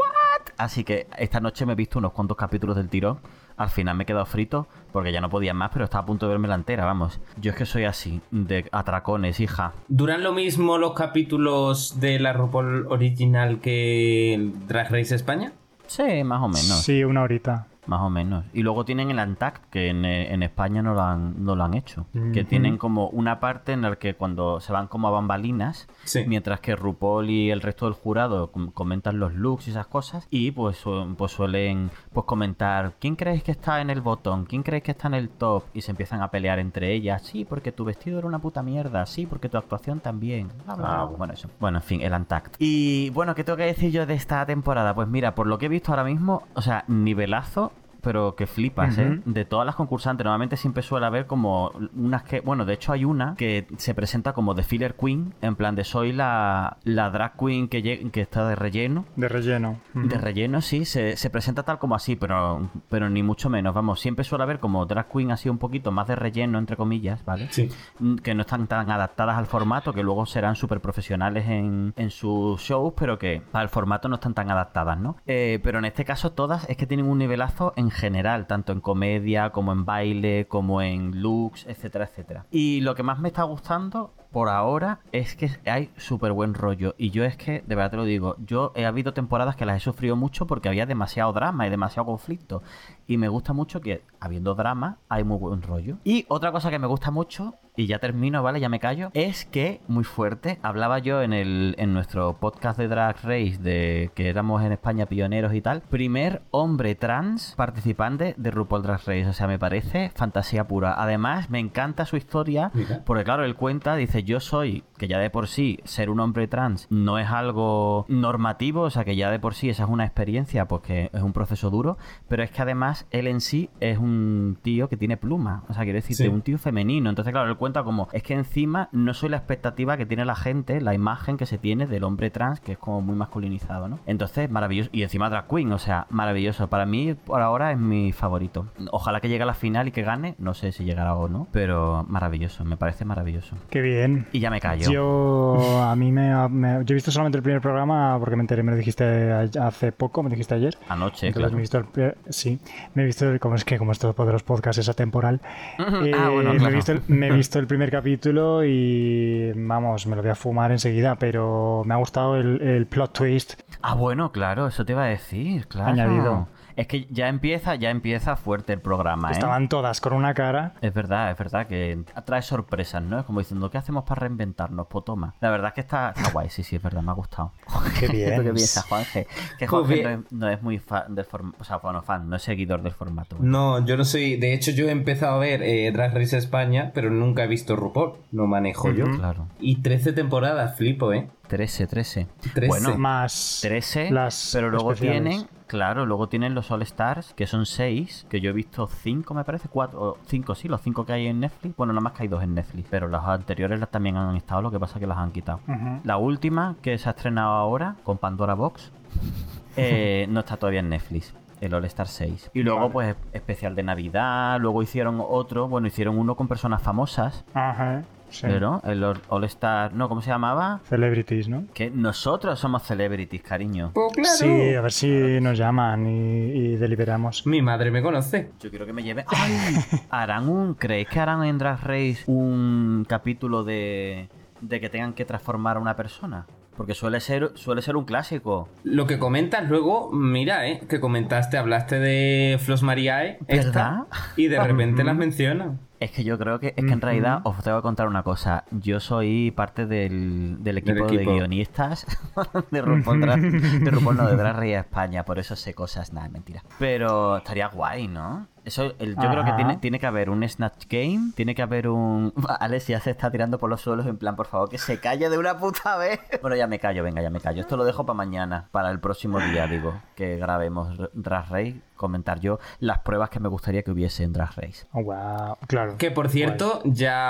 [SPEAKER 3] Así que esta noche me he visto unos cuantos capítulos del tirón. Al final me he quedado frito porque ya no podía más, pero estaba a punto de verme la entera, vamos. Yo es que soy así, de atracones, hija.
[SPEAKER 4] ¿Duran lo mismo los capítulos de la RuPaul original que el Drag Race España?
[SPEAKER 3] Sí, más o menos.
[SPEAKER 1] Sí, una horita.
[SPEAKER 3] Más o menos. Y luego tienen el Antac, que en, eh, en España no lo han, no lo han hecho. Que tienen como una parte en la que cuando se van como a bambalinas,
[SPEAKER 4] Sí.
[SPEAKER 3] mientras que RuPaul y el resto del jurado com- comentan los looks y esas cosas, y pues, su- pues suelen pues comentar, ¿quién creéis que está en el botón? ¿Quién creéis que está en el top? Y se empiezan a pelear entre ellas, sí, porque tu vestido era una puta mierda, sí, porque tu actuación también. bla, bla,
[SPEAKER 4] Ah,
[SPEAKER 3] bla".
[SPEAKER 4] bueno.
[SPEAKER 3] Bueno, eso. Bueno, en fin, el Antact. Y bueno, ¿qué tengo que decir yo de esta temporada? Pues mira, por lo que he visto ahora mismo, o sea, nivelazo, pero que flipas, ¿eh?
[SPEAKER 1] Ujú.
[SPEAKER 3] De todas las concursantes, normalmente siempre suele haber como unas que. Bueno, de hecho hay una que se presenta como The Filler Queen, en plan de soy la, la drag queen que, lle- que está de relleno.
[SPEAKER 1] De relleno. Mm.
[SPEAKER 3] De relleno, sí, se, se presenta tal como así, pero, pero ni mucho menos. Vamos, siempre suele haber como drag queen así un poquito más de relleno, entre comillas, ¿vale?
[SPEAKER 4] Sí.
[SPEAKER 3] mm, que no están tan adaptadas al formato, que luego serán súper profesionales en, en sus shows, pero que al formato no están tan adaptadas, ¿no? Eh, pero en este caso todas es que tienen un nivelazo en general, tanto en comedia como en baile, como en looks, etcétera, etcétera. Y lo que más me está gustando por ahora es que hay súper buen rollo. Y yo es que, de verdad te lo digo, yo he habido temporadas que las he sufrido mucho porque había demasiado drama y demasiado conflicto. Y me gusta mucho que, habiendo drama, hay muy buen rollo. Y otra cosa que me gusta mucho, y ya termino, ¿vale? Ya me callo, es que, muy fuerte, hablaba yo en, el, en nuestro podcast de Drag Race, de que éramos en España pioneros y tal, primer hombre trans participante de RuPaul Drag Race. O sea, me parece fantasía pura. Además, me encanta su historia
[SPEAKER 4] Mira.
[SPEAKER 3] porque claro, él cuenta, dice, yo soy, que ya de por sí ser un hombre trans no es algo normativo, o sea que ya de por sí esa es una experiencia, pues que es un proceso duro, pero es que además él en sí es un tío que tiene pluma, o sea, quiere decirte,
[SPEAKER 4] Sí.
[SPEAKER 3] un tío femenino. Entonces, claro, él cuenta como, es que encima no soy la expectativa que tiene la gente, la imagen que se tiene del hombre trans, que es como muy masculinizado, ¿no? Entonces, maravilloso. Y encima drag queen, o sea, maravilloso. Para mí, por ahora, es mi favorito. Ojalá que llegue a la final y que gane, no sé si llegará o no, pero maravilloso, me parece maravilloso.
[SPEAKER 1] Qué bien.
[SPEAKER 3] Y ya me callo.
[SPEAKER 1] Yo, a mí me, me- Yo he visto solamente el primer programa porque me enteré, me lo dijiste a- hace poco, me lo dijiste ayer.
[SPEAKER 3] Anoche,
[SPEAKER 1] Entonces
[SPEAKER 3] claro.
[SPEAKER 1] me he visto el primer- sí, me he visto el- como es que como es todo de los podcasts es atemporal. eh,
[SPEAKER 3] Ah, bueno,
[SPEAKER 1] me, he
[SPEAKER 3] claro.
[SPEAKER 1] visto el, me he visto el primer capítulo y vamos, me lo voy a fumar enseguida, pero me ha gustado el, el plot twist.
[SPEAKER 3] Ah, bueno, claro, eso te iba a decir, claro.
[SPEAKER 1] Añadido.
[SPEAKER 3] Es que ya empieza, ya empieza fuerte el programa, ¿eh?
[SPEAKER 1] Estaban todas con una cara.
[SPEAKER 3] Es verdad, es verdad que atrae sorpresas, ¿no? Es como diciendo, ¿qué hacemos para reinventarnos? ayudarnos, Potoma. La verdad es que está, está guay, sí, sí, es verdad, me ha gustado.
[SPEAKER 1] Qué
[SPEAKER 3] ¿Tú qué
[SPEAKER 1] bien.
[SPEAKER 3] piensas, Juanje? Que
[SPEAKER 4] Pues
[SPEAKER 3] Juanje no
[SPEAKER 4] bien.
[SPEAKER 3] es, no es muy fan del formato, o sea, bueno, fan, no es seguidor del formato. ¿eh?
[SPEAKER 4] No, yo no soy. De hecho, yo he empezado a ver eh, Drag Race España, pero nunca he visto RuPaul. Lo manejo yo.
[SPEAKER 1] Ujú.
[SPEAKER 3] Claro.
[SPEAKER 4] Y 13 temporadas, flipo, ¿eh?
[SPEAKER 3] 13, 13.
[SPEAKER 4] 13.
[SPEAKER 3] Bueno,
[SPEAKER 1] Más
[SPEAKER 3] 13,
[SPEAKER 1] las
[SPEAKER 3] pero luego
[SPEAKER 1] especiales.
[SPEAKER 3] tienen, claro, luego tienen los All Stars, que son 6, que yo he visto 5, me parece, 4, 5, sí, los 5 que hay en Netflix. Bueno, nada más que hay 2 en Netflix, pero las anteriores las también han estado, lo que pasa es que las han quitado.
[SPEAKER 1] Ujú.
[SPEAKER 3] La última, que se ha estrenado ahora, con Pandora Box, eh, no está todavía en Netflix. El All Star 6. Y luego,
[SPEAKER 1] Vale.
[SPEAKER 3] pues, especial de Navidad. Luego hicieron otro. Bueno, hicieron uno con personas famosas.
[SPEAKER 1] Ajá. sí.
[SPEAKER 3] Pero el All Star. No, ¿cómo se llamaba?
[SPEAKER 1] Celebrities, ¿no?
[SPEAKER 3] Que nosotros somos celebrities, cariño.
[SPEAKER 4] Pues claro.
[SPEAKER 1] Sí, a ver si nos llaman y, y deliberamos.
[SPEAKER 4] Mi madre me conoce.
[SPEAKER 3] Yo quiero que me lleve. ¡Ay! ¿Harán un. ¿Creéis que harán en Drag Race un capítulo de. de que tengan que transformar a una persona? Porque suele ser, suele ser un clásico.
[SPEAKER 4] Lo que comentas luego, mira, ¿eh? Que comentaste, hablaste de Flos Mariae.
[SPEAKER 3] ¿Verdad?
[SPEAKER 4] esta, y de repente las mencionas.
[SPEAKER 3] Es que yo creo que, es que en realidad os tengo que contar una cosa. Yo soy parte del, del equipo,
[SPEAKER 4] equipo.
[SPEAKER 3] de guionistas de RuPaul, Dra- de RuPaul, no, de Drag Race España, por eso sé cosas, nada, mentira. Pero estaría guay, ¿no? Eso, el- yo creo que
[SPEAKER 1] Ajá.
[SPEAKER 3] tiene, tiene que haber un Snatch Game, tiene que haber un... Alex ya se está tirando por los suelos en plan, por favor, que se calle de una puta vez. Bueno, ya me callo, venga, ya me callo. Esto lo dejo para mañana, para el próximo día, digo, que grabemos Drag Race, comentar yo las pruebas que me gustaría que hubiese en Drag Race.
[SPEAKER 1] Wow, claro.
[SPEAKER 4] Que por cierto,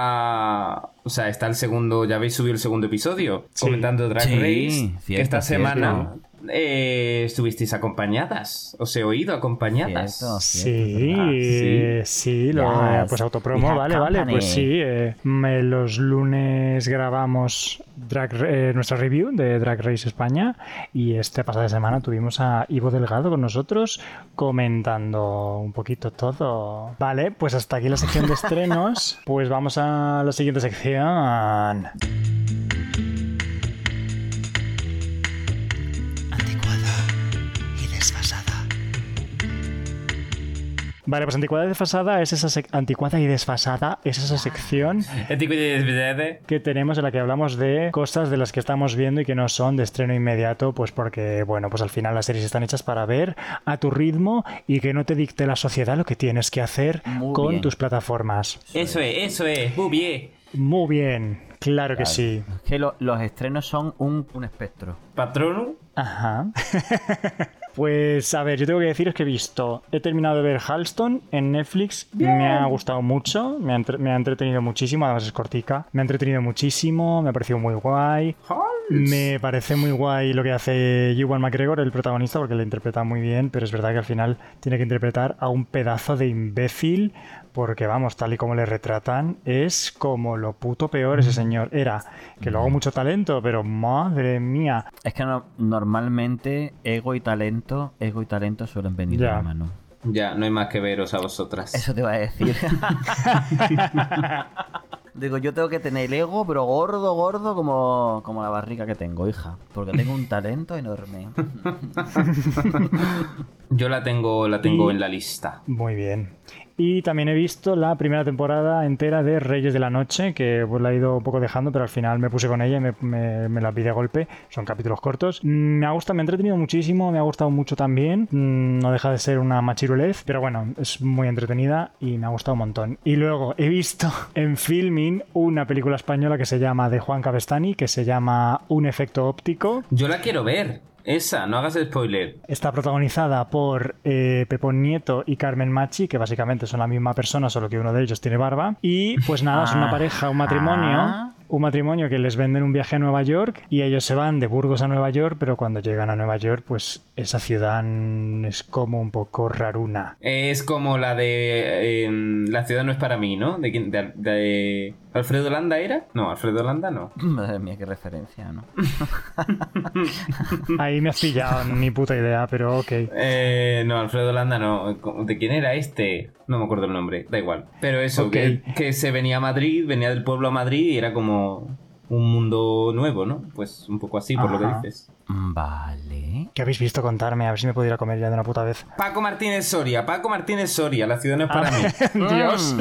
[SPEAKER 4] ya. O sea, está el segundo. Ya habéis subido el segundo episodio.
[SPEAKER 1] Sí.
[SPEAKER 4] Comentando Drag
[SPEAKER 3] Sí,
[SPEAKER 4] Race. que
[SPEAKER 3] cierto,
[SPEAKER 4] esta
[SPEAKER 3] cierto.
[SPEAKER 4] semana eh, estuvisteis acompañadas. Os he oído acompañadas.
[SPEAKER 3] Cierto.
[SPEAKER 1] Sí,
[SPEAKER 4] Ah, sí.
[SPEAKER 1] pues, sí, lo-
[SPEAKER 3] Yes.
[SPEAKER 1] pues autopromo,
[SPEAKER 3] We have
[SPEAKER 1] vale, vale,
[SPEAKER 3] company.
[SPEAKER 1] pues sí. eh, me- los lunes grabamos drag, eh, nuestra review de Drag Race España y esta pasada semana tuvimos a Ivo Delgado con nosotros comentando un poquito todo. Vale, pues hasta aquí la sección de estrenos. Pues vamos a la siguiente sección.
[SPEAKER 2] anticuada y desfasada.
[SPEAKER 1] Vale, pues anticuada y desfasada es esa sec- anticuada y desfasada es esa sección que tenemos en la que hablamos de cosas de las que estamos viendo y que no son de estreno inmediato, pues porque, bueno, pues al final las series están hechas para ver a tu ritmo y que no te dicte la sociedad lo que tienes que hacer
[SPEAKER 3] Muy
[SPEAKER 1] con
[SPEAKER 3] bien.
[SPEAKER 1] tus plataformas.
[SPEAKER 4] Eso es, eso es. Muy bien.
[SPEAKER 1] Muy bien, claro, que sí.
[SPEAKER 3] Es que lo- los estrenos son un, un espectro.
[SPEAKER 4] Patronum.
[SPEAKER 1] Ajá. Pues a ver, yo tengo que deciros que he visto, he terminado de ver Halston en Netflix, me ha gustado mucho, me ha, entre- me ha entretenido muchísimo, además es cortica, me ha entretenido muchísimo, me ha parecido muy guay, me parece muy guay lo que hace Ewan McGregor, el protagonista, porque le interpreta muy bien, pero es verdad que al final tiene que interpretar a un pedazo de imbécil, porque vamos, tal y como le retratan, es como lo puto peor ese señor. Era que luego mucho talento, pero madre mía.
[SPEAKER 3] Es que no- normalmente ego y talento, ego y talento suelen venir de
[SPEAKER 1] Ya.
[SPEAKER 3] la mano.
[SPEAKER 4] Ya, no hay más que veros a vosotras.
[SPEAKER 3] Eso te va a decir. Digo, yo tengo que tener el ego, pero gordo, gordo, como, como la barriga que tengo, hija. Porque tengo un talento enorme.
[SPEAKER 4] Yo la tengo, la tengo en la lista.
[SPEAKER 1] Muy bien. Y también he visto la primera temporada entera de Reyes de la Noche, que pues, la he ido un poco dejando, pero al final me puse con ella y me, me- me la vi de golpe. Son capítulos cortos. Mm, Me ha gustado, me ha entretenido muchísimo, me ha gustado mucho también. Mm, No deja de ser una machirulez, pero bueno, es muy entretenida y me ha gustado un montón. Y luego he visto en filming una película española que se llama de Juan Cabestani, que se llama Un efecto óptico,
[SPEAKER 4] Yo la quiero ver. Esa, no hagas spoiler.
[SPEAKER 1] Está protagonizada por eh, Pepón Nieto y Carmen Machi, que básicamente son la misma persona, solo que uno de ellos tiene barba. Y pues nada, son una pareja, un matrimonio. Un matrimonio que les venden un viaje a Nueva York y ellos se van de Burgos a Nueva York, pero cuando llegan a Nueva York, pues esa ciudad mm, es como un poco raruna.
[SPEAKER 4] Es como la de eh, La ciudad no es para mí, ¿no? ¿De, quién- de- de- Alfredo Landa era? No, Alfredo Landa no.
[SPEAKER 3] Madre mía, qué referencia, ¿no?
[SPEAKER 1] Ahí me has pillado, ni puta idea, pero ok.
[SPEAKER 4] Eh, no, Alfredo Landa no. ¿De quién era este? No me acuerdo el nombre, da igual. Pero eso,
[SPEAKER 1] Ok.
[SPEAKER 4] que, que se venía a Madrid, venía del pueblo a Madrid y era como un mundo nuevo, ¿no? Pues un poco así, por lo que
[SPEAKER 1] Ajá.
[SPEAKER 4] dices.
[SPEAKER 3] Vale.
[SPEAKER 1] ¿Qué habéis visto contarme? A ver si me puedo ir a comer ya de una puta vez.
[SPEAKER 4] Paco Martínez Soria, Ah.
[SPEAKER 1] Ah.
[SPEAKER 4] Paco Martínez Soria, la ciudad no es para mí.
[SPEAKER 1] Dios.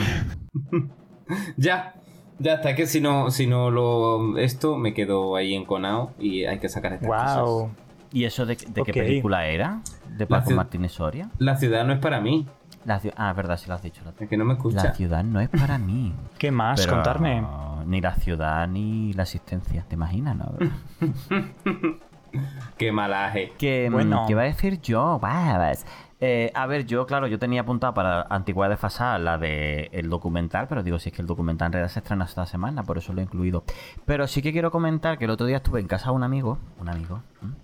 [SPEAKER 4] Ya, Ya hasta que si no, si no lo esto me quedo ahí enconado y hay que sacar estas
[SPEAKER 1] Wow.
[SPEAKER 4] cosas.
[SPEAKER 3] ¿Y eso de, de
[SPEAKER 1] Ok.
[SPEAKER 3] qué película era? ¿De
[SPEAKER 4] La
[SPEAKER 3] Paco
[SPEAKER 4] ciu-
[SPEAKER 3] Martínez Soria?
[SPEAKER 4] La ciudad no es para mí.
[SPEAKER 3] La ciu- ah, es verdad, sí lo has dicho. La,
[SPEAKER 4] Es que no me escucha.
[SPEAKER 3] la ciudad no es para mí.
[SPEAKER 1] ¿Qué más?
[SPEAKER 3] Pero
[SPEAKER 1] Ah, Contarme.
[SPEAKER 3] Ni la ciudad ni la existencia, ¿te imaginas? No?
[SPEAKER 4] Qué malaje.
[SPEAKER 3] que, mm,
[SPEAKER 1] Bueno.
[SPEAKER 3] ¿Qué iba a decir yo? Babas. Eh, a ver, yo, claro, yo tenía apuntado para Antigüedad desfasada la de el documental, pero digo, si es que el documental en realidad se estrena esta semana, por eso lo he incluido. Pero sí que quiero comentar que el otro día estuve en casa de un amigo, un amigo, ¿m?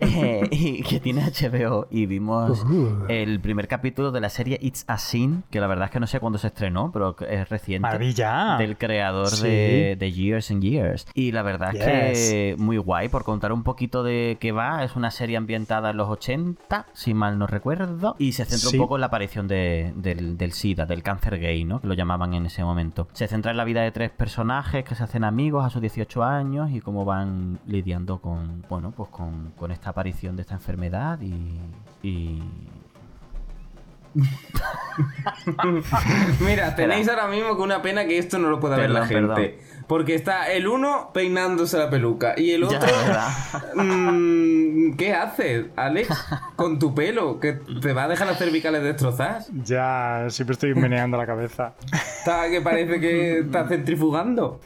[SPEAKER 3] Eh, y que tiene HBO y vimos
[SPEAKER 1] Ujú.
[SPEAKER 3] el primer capítulo de la serie It's a Sin, que la verdad es que no sé cuándo se estrenó, pero es reciente
[SPEAKER 1] Maravilla.
[SPEAKER 3] del creador
[SPEAKER 1] Ah, Sí.
[SPEAKER 3] de, de Years and Years. Y la verdad es que muy guay, por contar un poquito de qué va. Es una serie ambientada en los 80, si mal no recuerdo, y se centra
[SPEAKER 1] Sí.
[SPEAKER 3] un poco en la aparición de- del, del SIDA, del cáncer gay, ¿no? Que lo llamaban en ese momento. Se centra en la vida de tres personajes que se hacen amigos a sus 18 años y cómo van lidiando con, bueno, pues con, con esta aparición de esta enfermedad y... y...
[SPEAKER 4] Mira, tenéis ahora mismo que una pena que esto no lo pueda ver la
[SPEAKER 3] Perdón,
[SPEAKER 4] gente. Porque está el uno peinándose la peluca y el
[SPEAKER 3] Ya,
[SPEAKER 4] otro.
[SPEAKER 3] ¿verdad?
[SPEAKER 4] Mm, ¿Qué haces, Alex? Con tu pelo, que te va a dejar las cervicales destrozadas.
[SPEAKER 1] Ya, siempre estoy meneando la cabeza.
[SPEAKER 4] Está que parece que está centrifugando.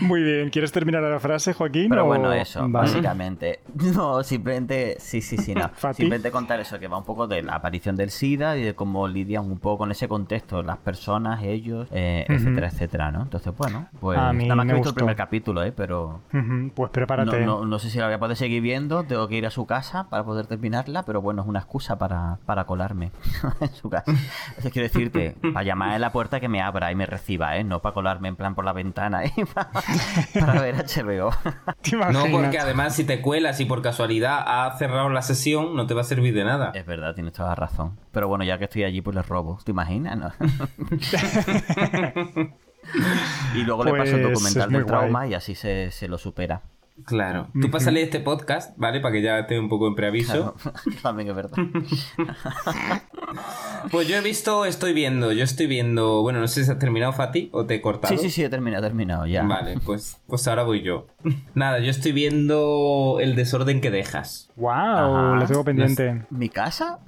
[SPEAKER 1] Muy bien, ¿quieres terminar la frase, Joaquín?
[SPEAKER 3] Pero
[SPEAKER 1] o-
[SPEAKER 3] bueno, eso,
[SPEAKER 1] Vale.
[SPEAKER 3] básicamente. No, simplemente, sí, sí, sí, no.
[SPEAKER 1] Fati.
[SPEAKER 3] Simplemente contar eso, que va un poco de la aparición del SIDA y de cómo lidian un poco con ese contexto, las personas, ellos, eh,
[SPEAKER 1] Ujú.
[SPEAKER 3] etcétera, etcétera, ¿no? Entonces, bueno, pues
[SPEAKER 1] A mí
[SPEAKER 3] nada más que
[SPEAKER 1] me
[SPEAKER 3] he visto el
[SPEAKER 1] gustó.
[SPEAKER 3] primer capítulo, ¿eh? Pero
[SPEAKER 1] Ujú, Pues
[SPEAKER 3] no,
[SPEAKER 1] prepárate.
[SPEAKER 3] no- no sé si la voy a poder seguir viendo, tengo que ir a su casa para poder terminarla, pero bueno, es una excusa para, para colarme en su casa. Eso quiero decirte, para llamar a la puerta que me abra y me reciba, ¿eh? No para colarme en plan por la ventana, ¿eh? para ver HBO.
[SPEAKER 1] ¿Te
[SPEAKER 4] No,
[SPEAKER 1] imaginas?
[SPEAKER 4] porque además si te cuelas y por casualidad ha cerrado la sesión, no te va a servir de nada.
[SPEAKER 3] Es verdad, tienes toda la razón. Pero bueno, ya que estoy allí, pues les robo. ¿Te imaginas? no? y luego le paso el
[SPEAKER 1] Pues, es
[SPEAKER 3] documental
[SPEAKER 1] muy
[SPEAKER 3] del trauma y así se, se lo supera.
[SPEAKER 4] Claro. Tú pásale este podcast, ¿vale? Para que ya esté un poco en preaviso.
[SPEAKER 3] Claro, también es verdad.
[SPEAKER 4] Pues yo he visto, estoy viendo, yo estoy viendo. Bueno, no sé si has terminado, Fati, o te he cortado.
[SPEAKER 3] Sí, sí, sí, he terminado, he terminado ya.
[SPEAKER 4] Vale, pues, pues ahora voy yo. Nada, yo estoy viendo el desorden que dejas.
[SPEAKER 1] ¡Wow!
[SPEAKER 3] Ajá.
[SPEAKER 1] lo tengo pendiente.
[SPEAKER 3] ¿Mi casa?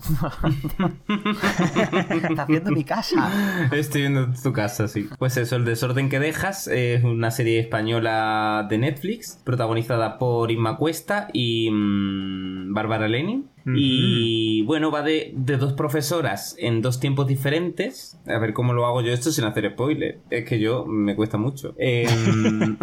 [SPEAKER 3] ¿Estás viendo mi casa?
[SPEAKER 4] Estoy viendo tu casa, sí. Pues eso, El desorden que dejas es una serie española de Netflix, protagonizada por Inma Cuesta y mm, Bárbara Lenin. Y bueno, va de, de dos profesoras en dos tiempos diferentes. A ver cómo lo hago yo esto sin hacer spoiler. Es que yo me cuesta mucho. Em,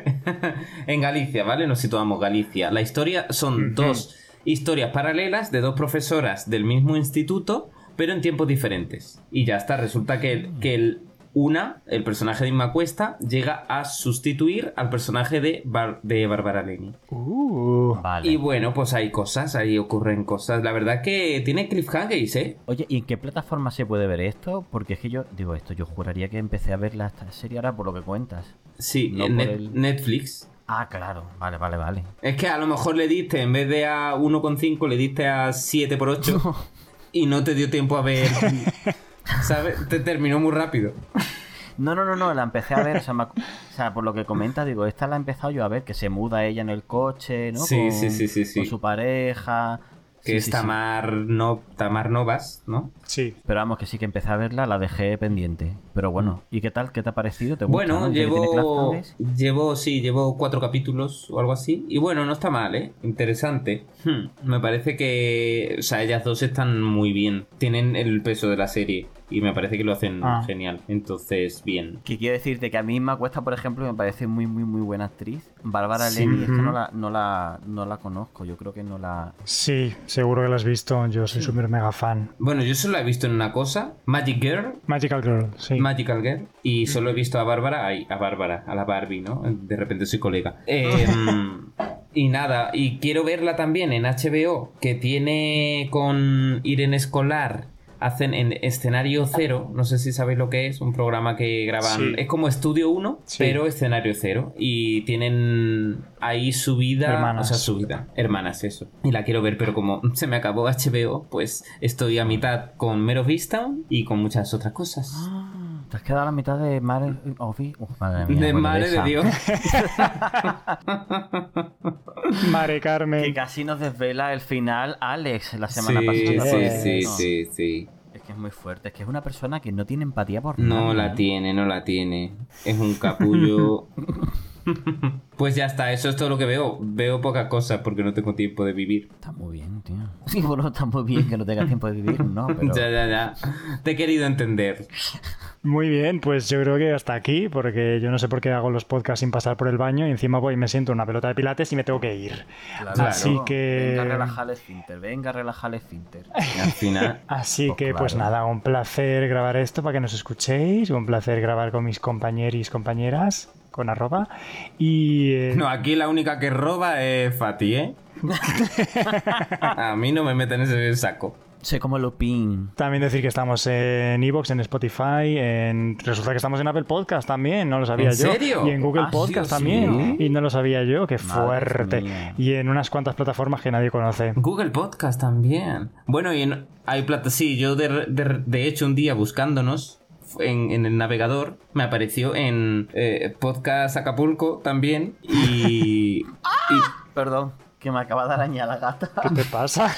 [SPEAKER 4] en Galicia, ¿vale? Nos situamos Galicia. La historia son dos historias paralelas de dos profesoras del mismo instituto, pero en tiempos diferentes. Y ya está, resulta que, el- que el, una, el personaje de Inma Cuesta, llega a sustituir al personaje de, Bar- de Bárbara Leni.
[SPEAKER 1] Uh,
[SPEAKER 3] Vale.
[SPEAKER 4] Y bueno, pues hay cosas, ahí ocurren cosas. La verdad que tiene cliffhangers, ¿eh?
[SPEAKER 3] Oye, ¿y en qué plataforma se puede ver esto? Porque es que yo, digo esto, yo juraría que empecé a verla esta serie ahora por lo que cuentas.
[SPEAKER 4] Sí,
[SPEAKER 3] No
[SPEAKER 4] en
[SPEAKER 3] por
[SPEAKER 4] Net-
[SPEAKER 3] el-
[SPEAKER 4] Netflix.
[SPEAKER 3] Ah, claro, vale, vale, vale.
[SPEAKER 4] Es que a lo mejor le diste, en vez de a 1,5, le diste a 7x8 y no te dio tiempo a ver. ¿Sabes? Te terminó muy rápido.
[SPEAKER 3] No, no, no, no, la empecé a ver. O sea, me acu- o sea, por lo que comenta, digo, esta la he empezado yo a ver, que se muda ella en el coche, ¿no?
[SPEAKER 4] Sí, sí, sí, sí, sí.
[SPEAKER 3] Con su pareja.
[SPEAKER 4] Que
[SPEAKER 3] Sí,
[SPEAKER 4] es
[SPEAKER 3] sí, sí.
[SPEAKER 4] Tamar, no, Tamar Novas, ¿no?
[SPEAKER 1] sí.
[SPEAKER 3] Pero vamos, que sí que empecé a verla, la dejé pendiente. Pero bueno, ¿y qué tal? ¿Qué te ha parecido? ¿Te gusta?
[SPEAKER 4] Mm. Bueno,
[SPEAKER 3] no? ¿Ya que tiene
[SPEAKER 4] llevo,
[SPEAKER 3] clases?
[SPEAKER 4] llevo, sí, llevo cuatro capítulos o algo así. Y bueno, no está mal, ¿eh? Interesante. Hmm, Me parece que, o sea, ellas dos están muy bien. Tienen el peso de la serie y me parece que lo hacen
[SPEAKER 1] Ah.
[SPEAKER 4] genial. Entonces, bien.
[SPEAKER 3] Que quiero decirte que a mí me cuesta, por ejemplo, me parece muy, muy, muy buena actriz. Bárbara
[SPEAKER 4] Sí.
[SPEAKER 3] Leni, es que
[SPEAKER 1] Ujú.
[SPEAKER 3] no la, no, la, no la conozco, yo creo que no la...
[SPEAKER 1] Sí, seguro que la has visto. Yo soy súper mega fan.
[SPEAKER 4] Bueno, yo solo he visto en una cosa, Magic Girl,
[SPEAKER 1] Magical Girl, sí.
[SPEAKER 4] Magical Girl, y solo he visto a Bárbara, ay, a Bárbara, a la Barbie, ¿no? De repente soy colega. Eh, y nada, y quiero verla también en HBO, que tiene con Irene Escolar, hacen en Escenario Cero, no sé si sabéis lo que es, un programa que graban,
[SPEAKER 1] Sí.
[SPEAKER 4] es como Estudio 1,
[SPEAKER 1] Sí.
[SPEAKER 4] pero Escenario Cero, y tienen ahí su vida,
[SPEAKER 1] Hermanas.
[SPEAKER 4] o sea, su vida, hermanas, eso. Y la quiero ver, pero como se me acabó
[SPEAKER 1] Ah.
[SPEAKER 4] HBO, pues estoy a mitad con Mero Vistown y con muchas otras cosas.
[SPEAKER 3] Te has quedado a la mitad de Mare of Eve. Uf, madre mía,
[SPEAKER 4] de
[SPEAKER 3] bueno,
[SPEAKER 4] madre de
[SPEAKER 3] esa.
[SPEAKER 4] Dios.
[SPEAKER 1] Mare
[SPEAKER 3] Que
[SPEAKER 1] Carmen.
[SPEAKER 3] casi nos desvela el final Alex la semana
[SPEAKER 4] Sí,
[SPEAKER 3] pasada.
[SPEAKER 4] sí,
[SPEAKER 1] Bueno.
[SPEAKER 4] sí, sí, sí.
[SPEAKER 3] Es que es muy fuerte. Es que es una persona que no tiene empatía por
[SPEAKER 4] No
[SPEAKER 3] nadie.
[SPEAKER 4] la tiene, no la tiene. Es un capullo. Pues ya está, eso es todo lo que veo. Veo poca cosa porque no tengo tiempo de vivir.
[SPEAKER 3] Está muy bien, tío. Sí, bueno, está muy bien que no tengas tiempo de vivir, no, pero...
[SPEAKER 4] Ya, ya, ya. Te he querido entender.
[SPEAKER 1] Muy bien, pues yo creo que hasta aquí, porque yo no sé por qué hago los podcasts sin pasar por el baño y encima voy y me siento una pelota de pilates y me tengo que ir.
[SPEAKER 4] Claro.
[SPEAKER 1] Así que.
[SPEAKER 3] Venga, relaja el esfínter, venga, relaja el esfínter.
[SPEAKER 4] Al final.
[SPEAKER 1] Así
[SPEAKER 3] Pues
[SPEAKER 1] que, pues
[SPEAKER 3] claro.
[SPEAKER 1] nada, un placer grabar esto para que nos escuchéis, un placer grabar con mis compañeros y compañeras, con arroba. Y. eh,
[SPEAKER 4] No, aquí la única que roba es Fati, ¿eh? A mí no me meten en ese saco.
[SPEAKER 3] Soy como Lupin.
[SPEAKER 1] También decir que estamos en Evox, en Spotify, en... resulta que estamos en Apple Podcast también, no lo sabía
[SPEAKER 4] ¿En
[SPEAKER 1] yo.
[SPEAKER 4] serio?
[SPEAKER 1] Y en Google
[SPEAKER 4] Ah, sí,
[SPEAKER 1] Podcast
[SPEAKER 4] sí,
[SPEAKER 1] también,
[SPEAKER 4] ¿no?
[SPEAKER 1] y no lo sabía yo, qué
[SPEAKER 3] Madre
[SPEAKER 1] fuerte.
[SPEAKER 3] mía.
[SPEAKER 1] Y en unas cuantas plataformas que nadie conoce.
[SPEAKER 4] Google Podcast también. Bueno, y en- hay plata. Sí, yo de, de- de hecho un día buscándonos en, en el navegador me apareció en eh, Podcast Acapulco también. Y. y-
[SPEAKER 3] Perdón, que me acaba de arañar la gata.
[SPEAKER 1] ¿Qué te pasa?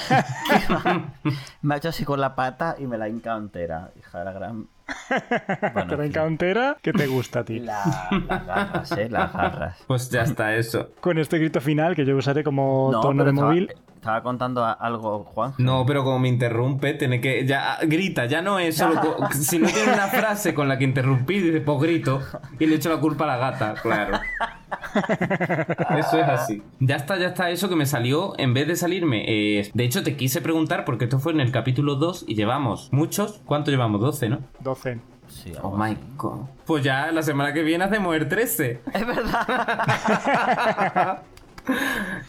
[SPEAKER 3] Me ha hecho así con la pata y me la hinca entera. Hija de la gran... Bueno,
[SPEAKER 1] ¿Te
[SPEAKER 3] en
[SPEAKER 1] la
[SPEAKER 3] fin.
[SPEAKER 1] encantera? ¿Qué te gusta a ti?
[SPEAKER 3] La- las garras, eh, las garras.
[SPEAKER 4] pues ya está eso.
[SPEAKER 1] Con este grito final que yo usaré como tono de
[SPEAKER 3] estaba, eh,
[SPEAKER 1] móvil.
[SPEAKER 3] estaba contando a- algo, Juan.
[SPEAKER 4] No, pero como me interrumpe, tiene que. Ya, ah, grita, ya no es solo. co- si no tiene una frase con la que interrumpir, dice, pues grito. Y le echo la culpa a la gata, claro. Eso es así. Ya está, ya está. Eso que me salió, en vez de salirme. eh, de hecho, te quise preguntar, porque esto fue en el capítulo 2 y llevamos muchos. ¿Cuánto llevamos? 12, ¿no?
[SPEAKER 1] 12.
[SPEAKER 3] Sí,
[SPEAKER 4] Oh
[SPEAKER 3] algo
[SPEAKER 4] my god. Pues ya la semana que viene hacemos el 13.
[SPEAKER 3] Es verdad.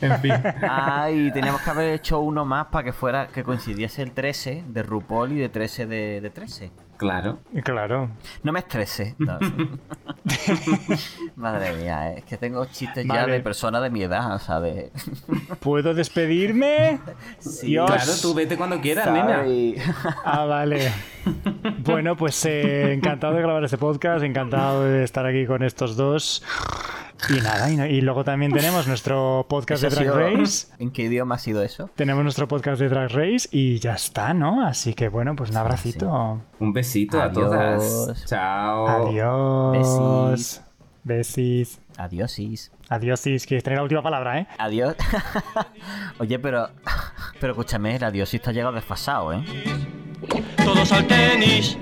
[SPEAKER 4] En fin.
[SPEAKER 3] Ay, Ah, teníamos que haber hecho uno más para que fuera que coincidiese el 13 de RuPaul y de 13 de, de 13.
[SPEAKER 4] Claro.
[SPEAKER 1] Claro.
[SPEAKER 3] No me estrese. No, sí. Madre mía, eh, es que tengo chistes ya
[SPEAKER 1] Vale.
[SPEAKER 3] de personas de mi edad, ¿sabes?
[SPEAKER 1] ¿Puedo despedirme? Dios.
[SPEAKER 4] Claro, tú vete cuando quieras, nena.
[SPEAKER 3] Sorry.
[SPEAKER 1] Ah, vale. Bueno, pues eh, encantado de grabar este podcast, encantado de estar aquí con estos dos. Y nada, y, no- y luego también tenemos nuestro podcast
[SPEAKER 3] Eso
[SPEAKER 1] de
[SPEAKER 3] ha
[SPEAKER 1] Drag
[SPEAKER 3] sido-
[SPEAKER 1] Race.
[SPEAKER 3] ¿En qué idioma ha sido eso?
[SPEAKER 1] Tenemos nuestro podcast de Drag Race y ya está, ¿no? Así que bueno, pues un abracito.
[SPEAKER 4] Un besito
[SPEAKER 3] Adiós.
[SPEAKER 4] a todas. Chao.
[SPEAKER 1] Adiós.
[SPEAKER 3] Oh. Besis.
[SPEAKER 1] Besis.
[SPEAKER 3] Adiosis.
[SPEAKER 1] Adiós, Sis, que tener la última palabra, ¿eh?
[SPEAKER 3] Adiós. Oye, pero. Pero escúchame, el adiosis te ha llegado desfasado, ¿eh?
[SPEAKER 6] todos al tenis.